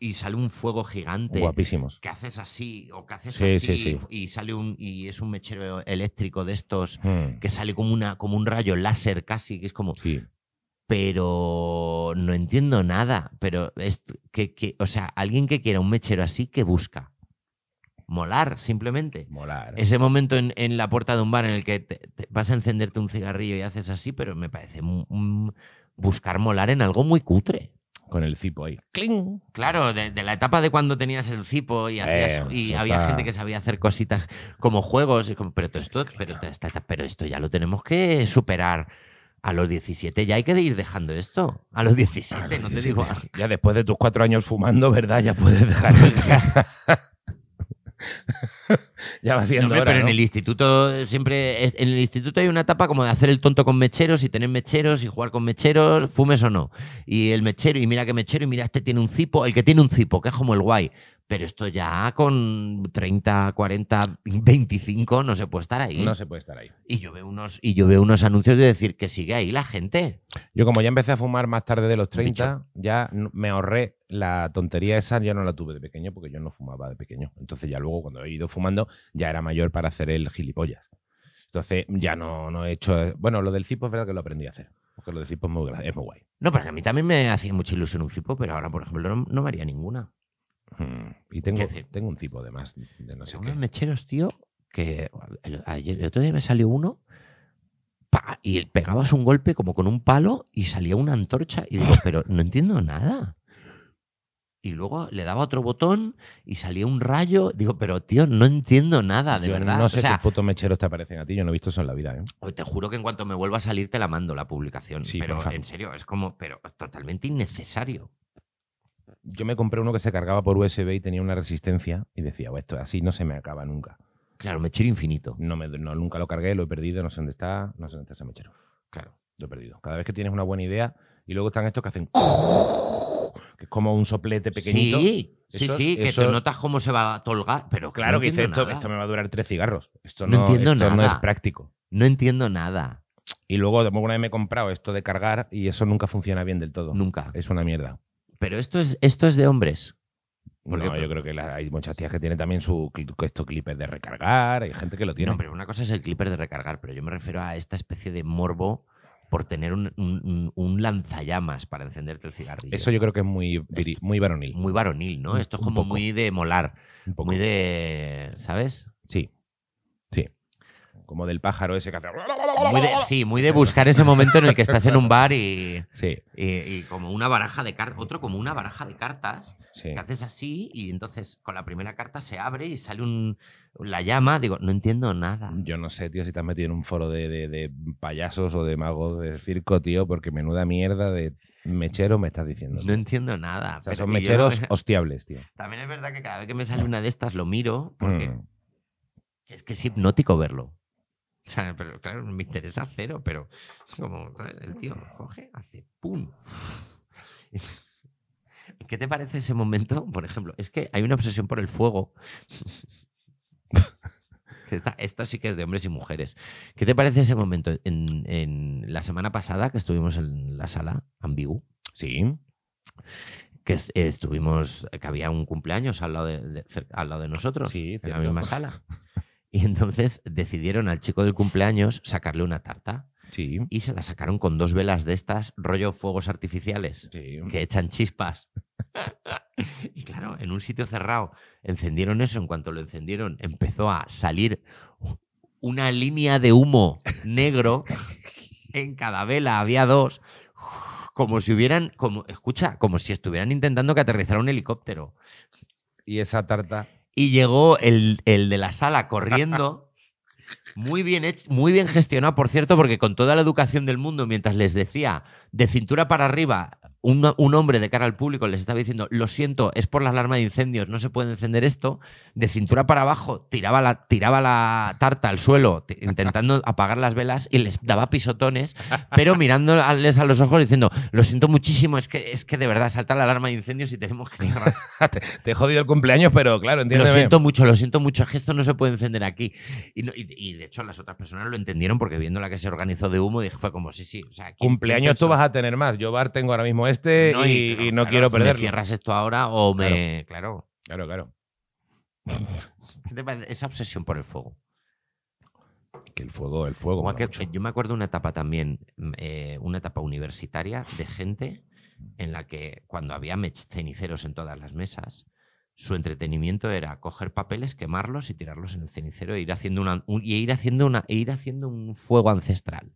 y sale un fuego gigante. Guapísimos. Que haces así, o que haces Sí, sí, así, sí. y sale un, y es un mechero eléctrico de estos Mm, que sale como, una, como un rayo láser casi, que es como, Sí. pero no entiendo nada. Pero es que, que- o sea, alguien que quiera un mechero así, que busca? Molar, simplemente. Molar. Ese momento en, en la puerta de un bar en el que te- te vas a encenderte un cigarrillo y haces así, pero me parece un- un buscar molar en algo muy cutre. Con el cipo ahí. ¡Cling! Claro, de, de la etapa de cuando tenías el cipo y, hacías- Eh, y eso había está- gente que sabía hacer cositas como juegos, y como, pero, todo esto, pero, ta- esta- ta- pero esto ya lo tenemos que superar a los 17, ya hay que ir dejando esto. A los 17, Ah, no sí, te sí, digo. Ya después de tus cuatro años fumando, ¿verdad? Ya puedes dejar. ya va siendo No, hombre, hora, pero ¿no? en el instituto eh, siempre en el instituto hay una etapa como de hacer el tonto con mecheros y tener mecheros y jugar con mecheros, fumes o no. Y el mechero y mira que mechero y mira este tiene un cipo, el que tiene un cipo, que es como el guay. Pero esto ya con 30, 40, 25 no se puede estar ahí. No se puede estar ahí. Y yo veo unos y yo veo unos anuncios de decir que sigue ahí la gente. Yo como ya empecé a fumar más tarde de los 30, ya no- me ahorré la tontería esa, ya no la tuve de pequeño porque yo no fumaba de pequeño. Entonces ya luego cuando he ido fumando ya era mayor para hacer el gilipollas. Entonces ya no, no he hecho... eh, Bueno, lo del cipo es verdad que lo aprendí a hacer. Porque lo del cipo es muy, gra- es muy guay. No, pero a mí también me hacía mucha ilusión un cipo, pero ahora por ejemplo no, no me haría ninguna. Mm, Y tengo, Quiero decir- tengo un cipo además de no sé unos qué. mecheros, tío, que el- ayer, el otro día me salió uno pa, y pegabas un golpe como con un palo y salía una antorcha y digo, pero no entiendo nada. Y luego le daba otro botón y salía un rayo. Digo, pero tío, no entiendo nada, de Yo verdad. no sé o sea, qué putos mecheros te aparecen a ti, yo no he visto eso en la vida. ¿eh? te juro que en cuanto me vuelva a salir te la mando la publicación. Sí, pero por favor. en serio, es como, pero totalmente innecesario. Yo me compré uno que se cargaba por USB y tenía una resistencia y decía, "Buah, esto así no se me acaba nunca. Claro, mechero infinito. No me, no, nunca lo cargué, lo he perdido, no sé dónde está, no sé dónde está ese mechero. Claro, lo he perdido. Cada vez que tienes una buena idea, y luego están estos que hacen. que es como un soplete pequeñito. Sí, sí, Esos- sí, que esos- te notas cómo se va a tolgar. Pero Claro no que dices, entiendo esto, nada. esto me va a durar tres cigarros. Esto no, No entiendo esto no nada. es práctico. No entiendo nada. Y luego, alguna vez me he comprado esto de cargar y eso nunca funciona bien del todo. Nunca. Es una mierda. Pero esto es, esto es de hombres. ¿Por No, qué? yo creo que la- hay muchas tías que tienen también su cli- estos clipes de recargar, hay gente que lo tiene. No, pero una cosa es el clipper de recargar, pero yo me refiero a esta especie de morbo por tener un, un- un- un lanzallamas para encenderte el cigarrillo. eso yo creo que es muy, viri- muy varonil. muy varonil, ¿no? Un- Esto es un como poco. muy de molar, Un poco. muy de, ¿sabes? Sí. Sí. Como del pájaro ese que hace. Muy de- sí, muy de buscar ese momento en el que estás en un bar y, Sí, y- y como una baraja de cartas, otro como una baraja de cartas, sí. que haces así y entonces con la primera carta se abre y sale un, la llama, digo, no entiendo nada. Yo no sé, tío, si te has metido en un foro de, de- de payasos o de magos de circo, tío, porque menuda mierda de mechero me estás diciendo. No entiendo nada. o sea, pero- son y yo- mecheros hostiables, tío. También es verdad que cada vez que me sale una de estas lo miro, porque Mm. es que es hipnótico verlo. O sea, pero claro, me interesa cero, pero es como, ¿sabes? el tío coge, hace pum. ¿Qué te parece ese momento? Por ejemplo, es que hay una obsesión por el fuego. Que esta- esto sí que es de hombres y mujeres. ¿Qué te parece ese momento? En, en la semana pasada que estuvimos en la sala ambigu, Sí, que es- estuvimos, que había un cumpleaños al lado de, de- cer- al lado de nosotros, Sí, en la cierto. misma sala. Y entonces decidieron al chico del cumpleaños sacarle una tarta sí, y se la sacaron con dos velas de estas, rollo fuegos artificiales, sí. que echan chispas. y claro, en un sitio cerrado encendieron eso, en cuanto lo encendieron empezó a salir una línea de humo negro, en cada vela había dos, como si hubieran, como, escucha, como si estuvieran intentando que aterrizara un helicóptero. Y esa tarta. Y llegó el, el de la sala corriendo. Muy bien, hecho, muy bien gestionado, por cierto, porque con toda la educación del mundo, mientras les decía de cintura para arriba, un, un hombre de cara al público les estaba diciendo, lo siento, es por la alarma de incendios, no se puede encender esto, de cintura para abajo tiraba la, tiraba la tarta al suelo, t- intentando apagar las velas y les daba pisotones, pero mirándoles a los ojos diciendo, lo siento muchísimo, es que, es que de verdad salta la alarma de incendios y tenemos que cerrar Te he jodido el cumpleaños, pero claro, lo entiéndeme. siento mucho, lo siento mucho, es que esto no se puede encender aquí. Y, no- y- y, de hecho las otras personas lo entendieron porque viendo la que se organizó de humo dije, fue como, sí, sí, o sea, ¿quién- Cumpleaños tú quién pensó? vas a tener más. Yo bar tengo ahora mismo este y, claro, y no claro, quiero me perderlo. cierras esto ahora o me... Claro. Claro, claro. ¿Qué te parece? Esa obsesión por el fuego. Que el fuego, el fuego. Igual mola que- mucho. yo me acuerdo una etapa también, mm, eh, una etapa universitaria de gente en la que cuando había mech- ceniceros en todas las mesas, su entretenimiento era coger papeles, quemarlos y tirarlos en el cenicero e ir haciendo una, un, y ir haciendo una, e ir haciendo un fuego ancestral.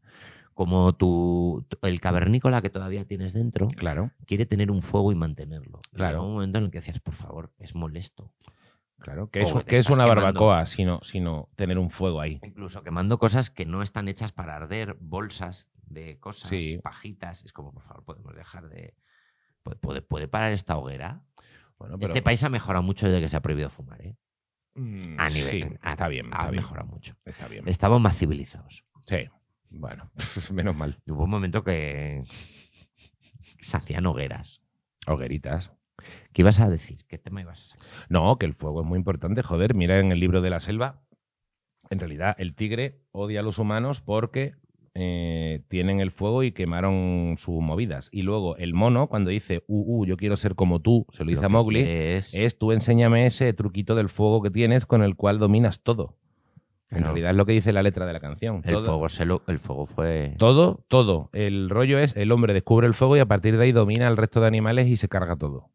Como tu, tu- el cavernícola que todavía tienes dentro Claro, quiere tener un fuego y mantenerlo. Y Claro. llegó un momento en el que decías, por favor, es molesto. claro. Que O es, que Oh, te que es estás una quemando. barbacoa, sino, sino tener un fuego ahí. Incluso quemando cosas que no están hechas para arder, bolsas de cosas, Sí. pajitas. Es como, por favor, podemos dejar de. ¿Puede, puede parar esta hoguera? Bueno, Ah, pero Este país ha mejorado mucho desde que se ha prohibido fumar, ¿eh? Mm, A nivel. sí, ha- está bien, ha está bien, mejorado mucho. está bien. Estamos más civilizados. Sí, bueno, menos mal. Y hubo un momento que se hacían hogueras. Hogueritas. ¿Qué ibas a decir? ¿Qué tema ibas a sacar? No, que el fuego es muy importante, joder. Mira en el libro de la selva. En realidad, el tigre odia a los humanos porque eh, tienen el fuego y quemaron sus movidas. Y luego el mono, cuando dice, uh, uh, yo quiero ser como tú, se lo dice a que Mowgli, eh, quieres- es tú enséñame ese truquito del fuego que tienes con el cual dominas todo. En Claro. realidad es lo que dice la letra de la canción. el, Todo- fuego se lo- el fuego fue. Todo, todo. El rollo es el hombre descubre el fuego y a partir de ahí domina al resto de animales y se carga todo.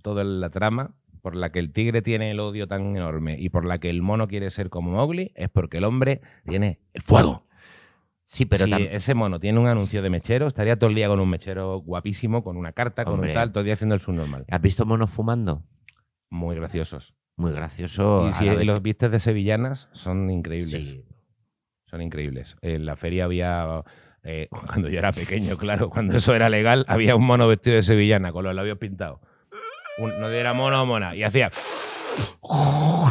Toda la trama por la que el tigre tiene el odio tan enorme y por la que el mono quiere ser como Mowgli es porque el hombre tiene el fuego. Sí, pero si tam- ese mono tiene un anuncio de mechero, estaría todo el día con un mechero guapísimo, con una carta, con Hombre. un tal, todo el día haciendo el subnormal. ¿has visto monos fumando? Muy graciosos. Muy gracioso. Y Oh, a si la vez los vistes de sevillanas, son que- increíbles. Sí. Son increíbles. En la feria había, eh, cuando yo era pequeño, claro, cuando eso era legal, había un mono vestido de sevillana con los labios pintados. Un- no era mono o mona. Y hacía.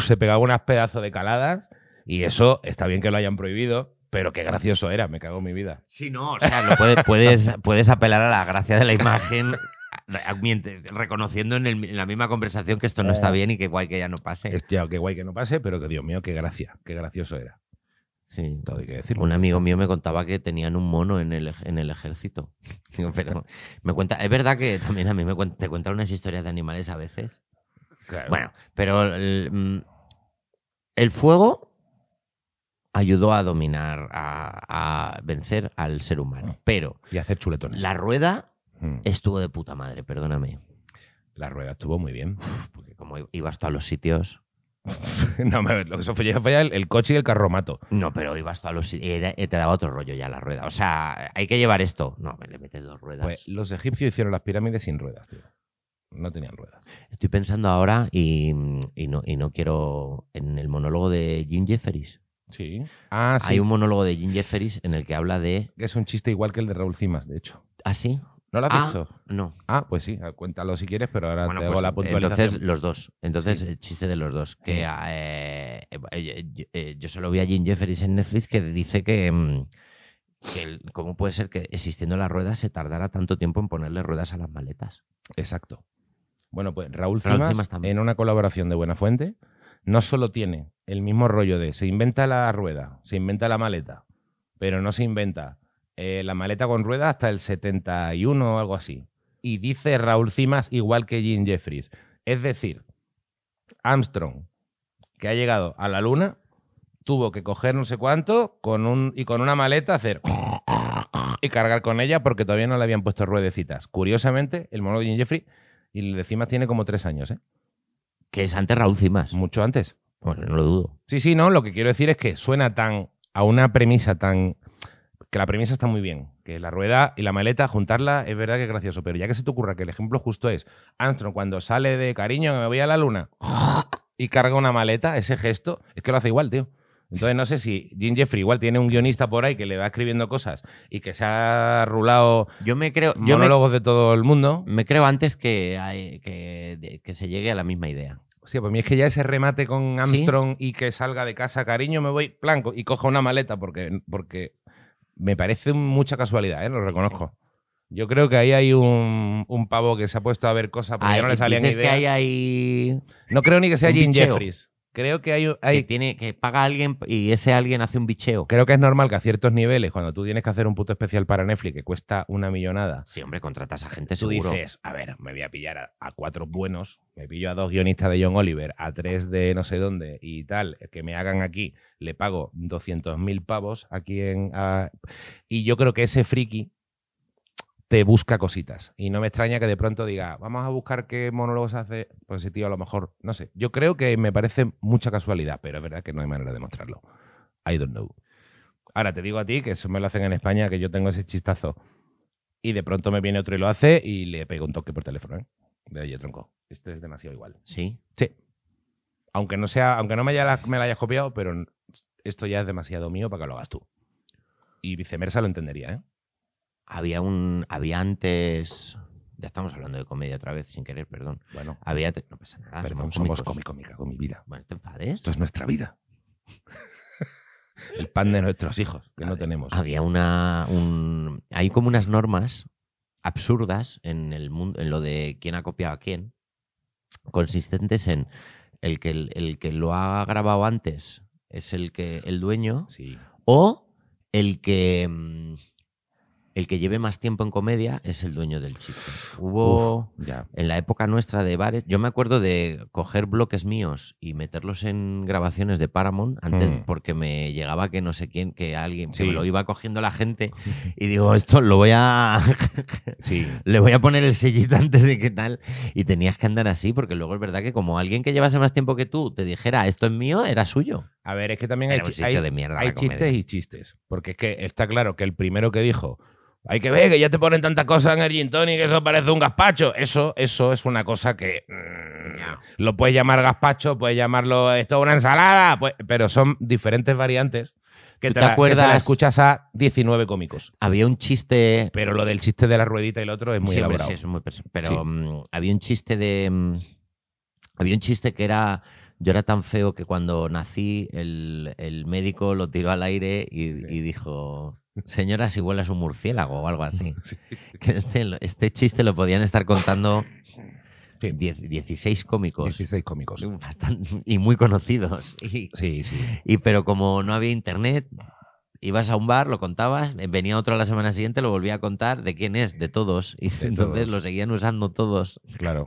Se pegaba unas pedazos de caladas. Y eso está bien que lo hayan prohibido, pero qué gracioso era, me cago en mi vida. Sí, no, o sea, lo puede- puedes, puedes apelar a la gracia de la imagen a- a- miente- reconociendo en, el- en la misma conversación que esto no está bien y que guay que ya no pase. Eh. Es- ya, qué guay que no pase, pero que Dios mío, qué gracia, qué gracioso era. Sí. Todo hay que decirlo. Un amigo mío me contaba que tenían un mono en el, ej- en el ejército. Digo, pero me cuenta, es verdad que también a mí me cuen- te cuentan unas historias de animales a veces. Claro. Bueno, pero el, mm, el fuego ayudó a dominar, a, a vencer al ser humano. Pero Y hacer chuletones. la rueda Mm. estuvo de puta madre, perdóname. La rueda estuvo muy bien. Uf, Porque como i- ibas tú a los sitios. no, me- lo que eso fue, fue el, el coche y el carromato. No, pero ibas tú a los sitios. Te daba otro rollo ya la rueda. O sea, hay que llevar esto. No, me le metes dos ruedas. Pues los egipcios hicieron las pirámides sin ruedas, tío. No tenían ruedas. Estoy pensando ahora y, y no, y no quiero. En el monólogo de Jim Jefferies. Sí. Ah, sí. Hay un monólogo de Jim Jefferies en el que habla de. Es un chiste igual que el de Raúl Cimas, de hecho. ¿Ah, sí? ¿No lo has Ah, visto? No. Ah, pues sí, cuéntalo si quieres, pero ahora Bueno, Ah, te hago pues, la puntualización. entonces los dos. Entonces, el chiste de los dos. Que Sí. eh, eh, yo- eh, yo solo vi a Jim Jefferies en Netflix que dice que, mm, que el- cómo puede ser que existiendo las ruedas se tardara tanto tiempo en ponerle ruedas a las maletas. Exacto. Bueno, pues Raúl Raúl Cimas, Cimas también. en una colaboración de Buenafuente, no solo tiene el mismo rollo de se inventa la rueda, se inventa la maleta, pero no se inventa eh, la maleta con rueda hasta el 71 o algo así. Y dice Raúl Cimas igual que Jim Jeffries. Es decir, Armstrong, que ha llegado a la luna, tuvo que coger no sé cuánto con un, y con una maleta hacer y cargar con ella porque todavía no le habían puesto ruedecitas. Curiosamente, el mono de Jim Jeffrey y el de Cimas tiene como tres años, ¿eh? Que es antes Raúl Cimas. Mucho antes. Bueno, no lo dudo. Sí, sí, no, lo que quiero decir es que suena tan a una premisa tan... Que la premisa está muy bien, que la rueda y la maleta, juntarla, es verdad que es gracioso, pero ya que se te ocurra que el ejemplo justo es Armstrong cuando sale de cariño, que me voy a la luna, y carga una maleta, ese gesto, es que lo hace igual, tío. Entonces no sé si Jim Jeffrey igual tiene un guionista por ahí que le va escribiendo cosas y que se ha rulado Yo me creo. Yo me, Mm. monólogos de todo el mundo. me creo antes que, hay- que, de- que se llegue a la misma idea. Hostia, para pues mí es que ya ese remate con Sí. Armstrong y que salga de casa, cariño, me voy blanco y coja una maleta porque, porque me parece mucha casualidad, ¿eh? lo reconozco. Yo creo que ahí hay un, un pavo que se ha puesto a ver cosas porque Ay, ya no le salían dices ideas. que hay ahí. No creo ni que sea un Jim bicheo. Jeffries. Creo que hay, Que, hay- tiene, que paga alguien y ese alguien hace un bicheo. creo que es normal que a ciertos niveles, cuando tú tienes que hacer un puto especial para Netflix que cuesta una millonada, Sí, hombre, contratas a gente tú seguro. dices, a ver, me voy a pillar a, a cuatro buenos, me pillo a dos guionistas de John Oliver, a tres de no sé dónde y tal, que me hagan aquí, le pago 200.000 pavos aquí en... a- Y yo creo que ese friki te busca cositas. Y no me extraña que de pronto diga, vamos a buscar qué monólogos hace, pues ese tío a lo mejor, no sé. Yo creo que me parece mucha casualidad, pero es verdad que no hay manera de mostrarlo. I don't know. Ahora te digo a ti que eso me lo hacen en España, que yo tengo ese chistazo. Y de pronto me viene otro y lo hace y le pego un toque por teléfono. ¿eh? De oye, tronco, esto es demasiado igual. Sí. Sí. Aunque no, sea, aunque no me, haya la- me la hayas copiado, pero n- esto ya es demasiado mío para que lo hagas tú. Y viceversa lo entendería, ¿eh? Había un. Había antes. Ya estamos hablando de comedia otra vez, sin querer, perdón. Bueno, Había. te- No pasa nada. perdón, somos Ah, cómicos. cómico, cómico, mi vida. Bueno, ¿te enfades? Esto es nuestra vida. El pan de nuestros hijos, que A no ver, tenemos. Había una. un- hay como unas normas absurdas en el mundo, en lo de quién ha copiado a quién, consistentes en el que, el que lo ha grabado antes es el que el dueño Sí. o el que mm, el que lleve más tiempo en comedia es el dueño del chiste. Hubo Ya. en la época nuestra de bares, yo me acuerdo de coger bloques míos y meterlos en grabaciones de Paramount antes Mm. porque me llegaba que no sé quién, que alguien, que Sí. me lo iba cogiendo la gente y digo, esto lo voy a, Sí. le voy a poner el sellito antes de qué tal. Y tenías que andar así porque luego es verdad que como alguien que llevase más tiempo que tú te dijera, esto es mío, era suyo. A ver, es que también hay, Era un chi- sitio hay- de mierda. la hay chistes comedia. y chistes. Porque es que está claro que el primero que dijo, hay que ver que ya te ponen tantas cosas en el gin tonic que eso parece un gazpacho. Eso, eso es una cosa que mm, Ya. lo puedes llamar gazpacho, puedes llamarlo esto es una ensalada, pues- pero son diferentes variantes que ¿Tú te te, la- que se la acuerdas? escuchas a 19 cómicos. Había un chiste Pero lo del chiste de la ruedita y el otro es muy Siempre elaborado. sí, es muy perso- pero Sí. mm, había un chiste de mm, había un chiste que era yo era tan feo que cuando nací el, el médico lo tiró al aire y, y dijo señora si huelas un murciélago o algo así que este, lo- este chiste lo podían estar contando Sí. diez- 16 cómicos 16 cómicos. bastante- y muy conocidos y, Sí, sí. y pero como no había internet Ibas a un bar, lo contabas, eh, venía otro a la semana siguiente, lo volvía a contar, ¿de quién es? De todos. Y De entonces todos. lo seguían usando todos. Claro.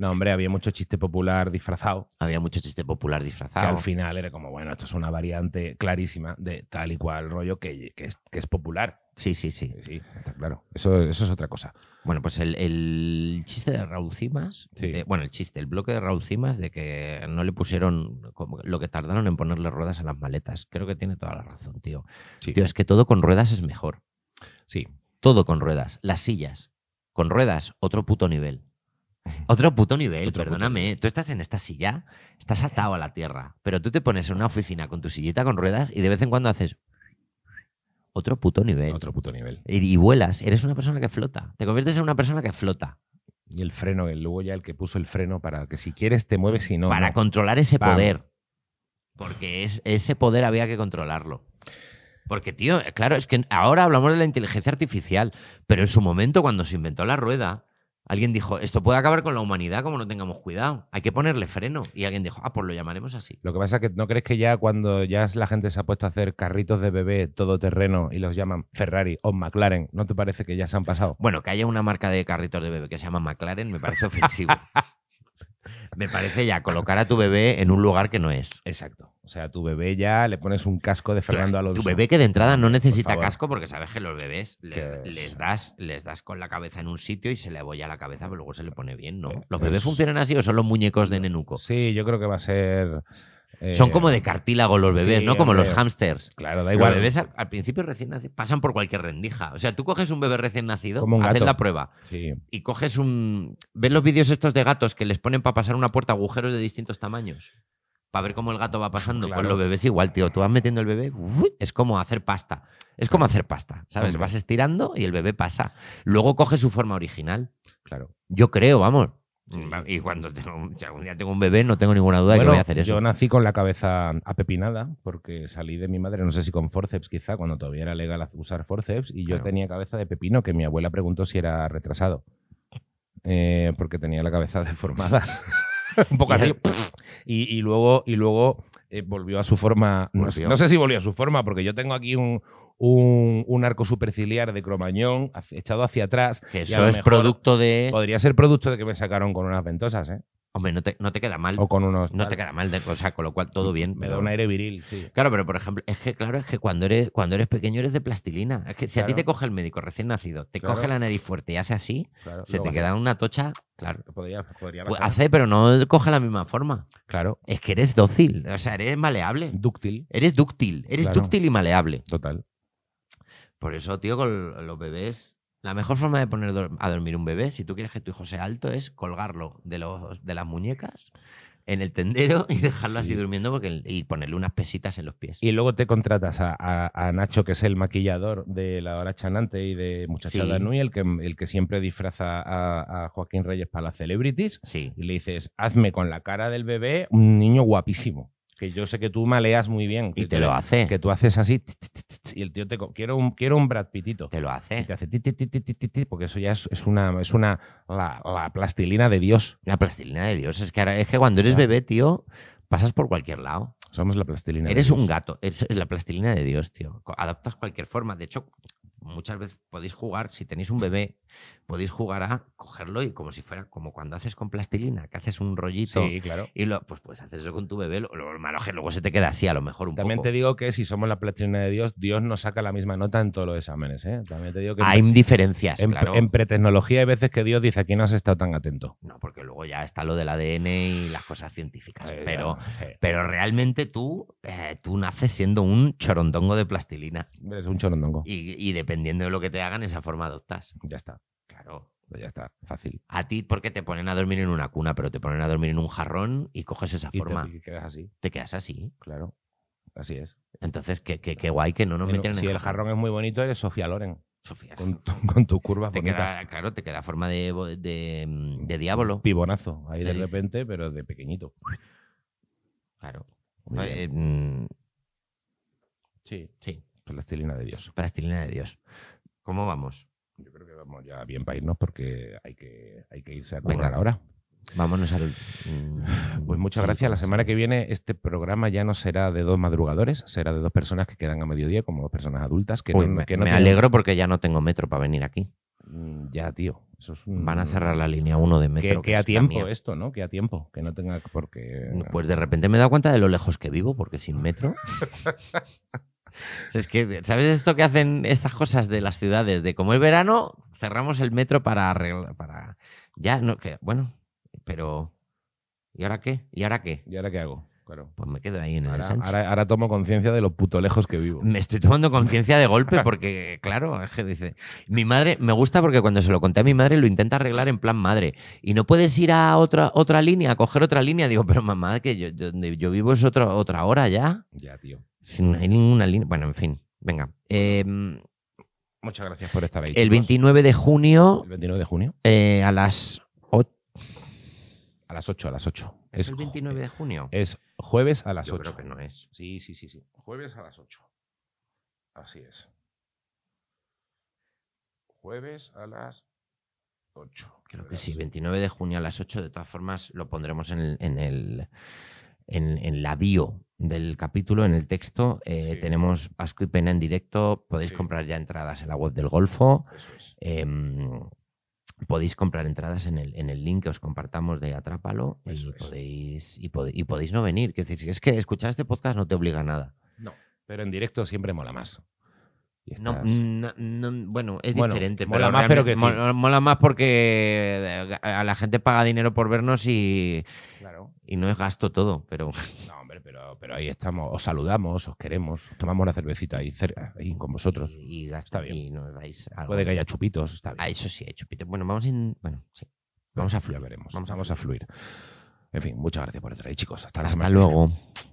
No, hombre, había mucho chiste popular disfrazado. Había mucho chiste popular Que disfrazado. al final era como, bueno, esto es una variante clarísima de tal y cual rollo que, que es, que es popular. Sí, sí, sí. Sí, está claro. Eso, eso es otra cosa. Bueno, pues el, el chiste de Raúl Cimas, Sí. de- bueno, el chiste, el bloque de Raúl Cimas de que no le pusieron como lo que tardaron en ponerle ruedas a las maletas. Creo que tiene toda la razón, tío. Sí, Tío, es que todo con ruedas es mejor. sí. Todo con ruedas. Las sillas. Con ruedas, otro puto nivel. Otro puto nivel, Otro puto perdóname. Tú estás en esta silla, estás atado a la tierra, pero tú te pones en una oficina con tu sillita con ruedas y de vez en cuando haces otro puto nivel. otro puto nivel. y, y vuelas, eres una persona que flota. Te conviertes en una persona que flota. Y el freno, el, luego ya el que puso el freno para que si quieres te mueves y no. para no. controlar ese Pam. poder. Porque es, ese poder había que controlarlo. Porque, tío, eh, claro, es que ahora hablamos de la inteligencia artificial, pero en su momento, cuando se inventó la rueda, alguien dijo, esto puede acabar con la humanidad como no tengamos cuidado, hay que ponerle freno. Y alguien dijo, ah, pues lo llamaremos así. Lo que pasa es que no crees que ya cuando ya la gente se ha puesto a hacer carritos de bebé todoterreno y los llaman Ferrari o McLaren, ¿no te parece que ya se han pasado? Bueno, que haya una marca de carritos de bebé que se llama McLaren me parece ofensivo. me parece ya colocar a tu bebé en un lugar que no es. Exacto. O sea, tu bebé ya le pones un casco de Fernando Alonso. Tu bebé que de entrada no necesita favor. casco porque sabes que los bebés le- Que es- les, das, les das con la cabeza en un sitio y se le abolla la cabeza, pero luego se le pone bien, ¿no? Eh, ¿Los bebés es- funcionan así o son los muñecos de nenuco? Sí, yo creo que va a ser. eh, son como de cartílago los bebés, sí, ¿no? Como los hombre. hámsters. Claro, da Los igual. bebés al, al principio recién nacidos pasan por cualquier rendija. O sea, tú coges un bebé recién nacido, Como un haces gato. la prueba Sí. y coges un... ¿Ves los vídeos estos de gatos que les ponen para pasar una puerta agujeros de distintos tamaños? Para ver cómo el gato va pasando. Pues Claro. los bebés igual, tío. Tú vas metiendo el bebé, ¡uf! es como hacer pasta. Es como hacer pasta, ¿sabes? Hombre. Vas estirando y el bebé pasa. Luego coge su forma original. Claro. Yo creo, vamos. Sí. Y cuando tengo, un- si algún día tengo un bebé, no tengo ninguna duda de que Bueno, voy a hacer eso. Yo nací con la cabeza apepinada porque salí de mi madre, no sé si con forceps quizá, cuando todavía era legal usar forceps, y yo Claro. tenía cabeza de pepino que mi abuela preguntó si era retrasado. Eh, porque tenía la cabeza deformada. Un poco Y así. al- Y, y luego, y luego eh, volvió a su forma. No, sé- Volvió. no sé si volvió a su forma, porque yo tengo aquí un, un, un arco superciliar de cromañón hacia- echado hacia atrás. Que y a eso lo es mejor producto de... Podría ser producto de que me sacaron con unas ventosas, ¿eh? Hombre, no te, no te queda mal. O con unos. No te queda mal, de, o sea, con lo cual todo bien. Mm, Me da pero- un aire viril, sí. Claro, pero por ejemplo, es que claro, es que cuando eres, cuando eres pequeño eres de plastilina. Es que si a ti Claro. te coge el médico recién nacido, te Claro. coge la nariz fuerte y hace así, Claro, se te luego- queda una tocha, claro. Podría, podría Pues pasar. hace, pero no coge la misma forma. Claro, Es que eres dócil, o sea, eres maleable. dúctil, Eres dúctil, eres Claro. dúctil y maleable. total. Por eso, tío, con los bebés, la mejor forma de poner dor- a dormir un bebé, si tú quieres que tu hijo sea alto, es colgarlo de, los, de las muñecas, en el tendero y dejarlo así Sí. durmiendo porque, el- y ponerle unas pesitas en los pies. Y luego te contratas a, a- a Nacho, que es el maquillador de La Hora Chanante y de Muchachada Sí. Nui, el que, el que siempre disfraza a, a Joaquín Reyes para las celebrities. Sí. Y le dices, hazme con la cara del bebé un niño guapísimo. Que yo sé que tú maleas muy bien. Y que te tú- lo hace. Que tú haces así. tss, tss, tss, tss, Y el tío te. co- Quiero un, quiero un Brad Pitito. Te lo Y hace. te hace ti, ti, ti, ti, ti, ti, ti, porque eso ya es, es una. Es una la, la plastilina de Dios. La plastilina de Dios. Es que, ahora- es que cuando eres Claro. bebé, tío, pasas por cualquier lado. Somos la plastilina de Eres Dios. un gato. Eres la plastilina de Dios, tío. Co- Adaptas cualquier forma. De hecho, muchas veces podéis jugar, si tenéis un bebé, podéis jugar a cogerlo y como si fuera como cuando haces con plastilina, que haces un rollito. Sí, claro. Y lo, pues puedes hacer eso con tu bebé. Lo, lo malo es que luego se te queda así, a lo mejor un También poco. te digo que si somos la plastilina de Dios, Dios nos saca la misma nota en todos los exámenes. ¿eh? También te digo que Hay en, diferencias, en- claro. en pretecnología hay veces que Dios dice aquí no has estado tan atento. no, porque luego ya está lo del ADN y las cosas científicas. Eh, pero, eh, pero realmente tú, eh, tú naces siendo un chorondongo de plastilina. eres un chorondongo. Y, y dependiendo de lo que te hagan, esa forma adoptas. Ya está, Claro. pues ya está, fácil. A ti, porque te ponen a dormir en una cuna, pero te ponen a dormir en un jarrón y coges esa Y forma. te Te, y quedas así, quedas así. claro. Así es. Entonces, qué, qué- qué guay que no nos En- metieron si en el jarrón es muy bonito, eres Sofía Loren, Sofía, con, tu- con tus curvas te bonitas. queda, claro, te queda forma de, bo- de, mm, de diablo. Pibonazo, ahí Le de dice. repente, pero de pequeñito. Claro. Muy bien. Eh, mm, Sí, sí, plastilina de Dios. plastilina de Dios. ¿Cómo vamos? Yo creo que vamos ya bien para irnos porque hay que, hay que irse a currar Venga. ahora. Vámonos al. mm, Pues muchas gracias. La semana que viene este programa ya no será de dos madrugadores, será de dos personas que quedan a mediodía como dos personas adultas que no, me que no me tienen- alegro porque ya no tengo metro para venir aquí. Mm, Ya, tío. Eso es un- Van a cerrar la línea 1 de Que, metro. que a es la tiempo eh. mía. esto, ¿no? Que a tiempo. Que no tenga porque Pues de repente me he dado cuenta de lo lejos que vivo, porque sin metro. es que, ¿sabes esto que hacen estas cosas de las ciudades? De como es verano, cerramos el metro para arreglar. Para... Ya, no, que, bueno, pero. ¿Y ahora qué? ¿Y ahora qué? ¿Y ahora qué hago? Claro. Pues me quedo ahí en el Ahora, Sánchez. ahora- ahora tomo conciencia de lo puto lejos que vivo. Pues Me estoy tomando conciencia de golpe porque, claro, es que dice. Mi madre, me gusta porque cuando se lo conté a mi madre lo intenta arreglar en plan madre. Y no puedes ir a otra, otra línea, a coger otra línea. Digo, pero mamá, que yo, yo- donde yo vivo es otra otra hora ya. Ya, tío. Si no hay ninguna línea. Bueno, en fin. Venga. Eh, Muchas gracias por estar ahí. el chicos. 29 de junio El 29 de junio. eh, a las. o- A las 8, a las 8. ¿Es eh, el 29 de junio? Es jueves a las Yo 8. creo que no es. Sí, sí, sí, sí. Jueves a las 8. Así es. Jueves a las 8. Creo que sí, 29 de junio a las 8. De todas formas, lo pondremos en, el, en, el, en, en la bio del capítulo, en el texto. Eh, Sí. Tenemos Vasco y Pena en directo. Podéis Sí. comprar ya entradas en la web del Golfo. Eso es. Em, podéis comprar entradas en el, en el link que os compartamos de Atrápalo y, Eso es. podéis, y, pode- y podéis no venir. Quiero decir, si es que escuchar este podcast no te obliga a nada. No, pero en directo siempre mola más. Y No, mm. estás- no- no- bueno, es Bueno, diferente. mola más, pero realmente- que sí. mola- mola más porque eh, a la gente paga dinero por vernos y, Claro. Y no es gasto todo, pero No, hombre, pero, pero ahí estamos. Os saludamos, os queremos, tomamos una cervecita ahí, cerca, ahí con vosotros. Y, y gasto- Está bien. y nos dais algo. Puede que haya chupitos, está bien. Ah, eso sí, hay chupito. Bueno, vamos en. Bueno, sí. Vamos a Ya fluir. veremos. Vamos Vamos a a, fluir. En fin, muchas gracias por estar ahí, chicos. Hasta la Hasta semana que viene. luego.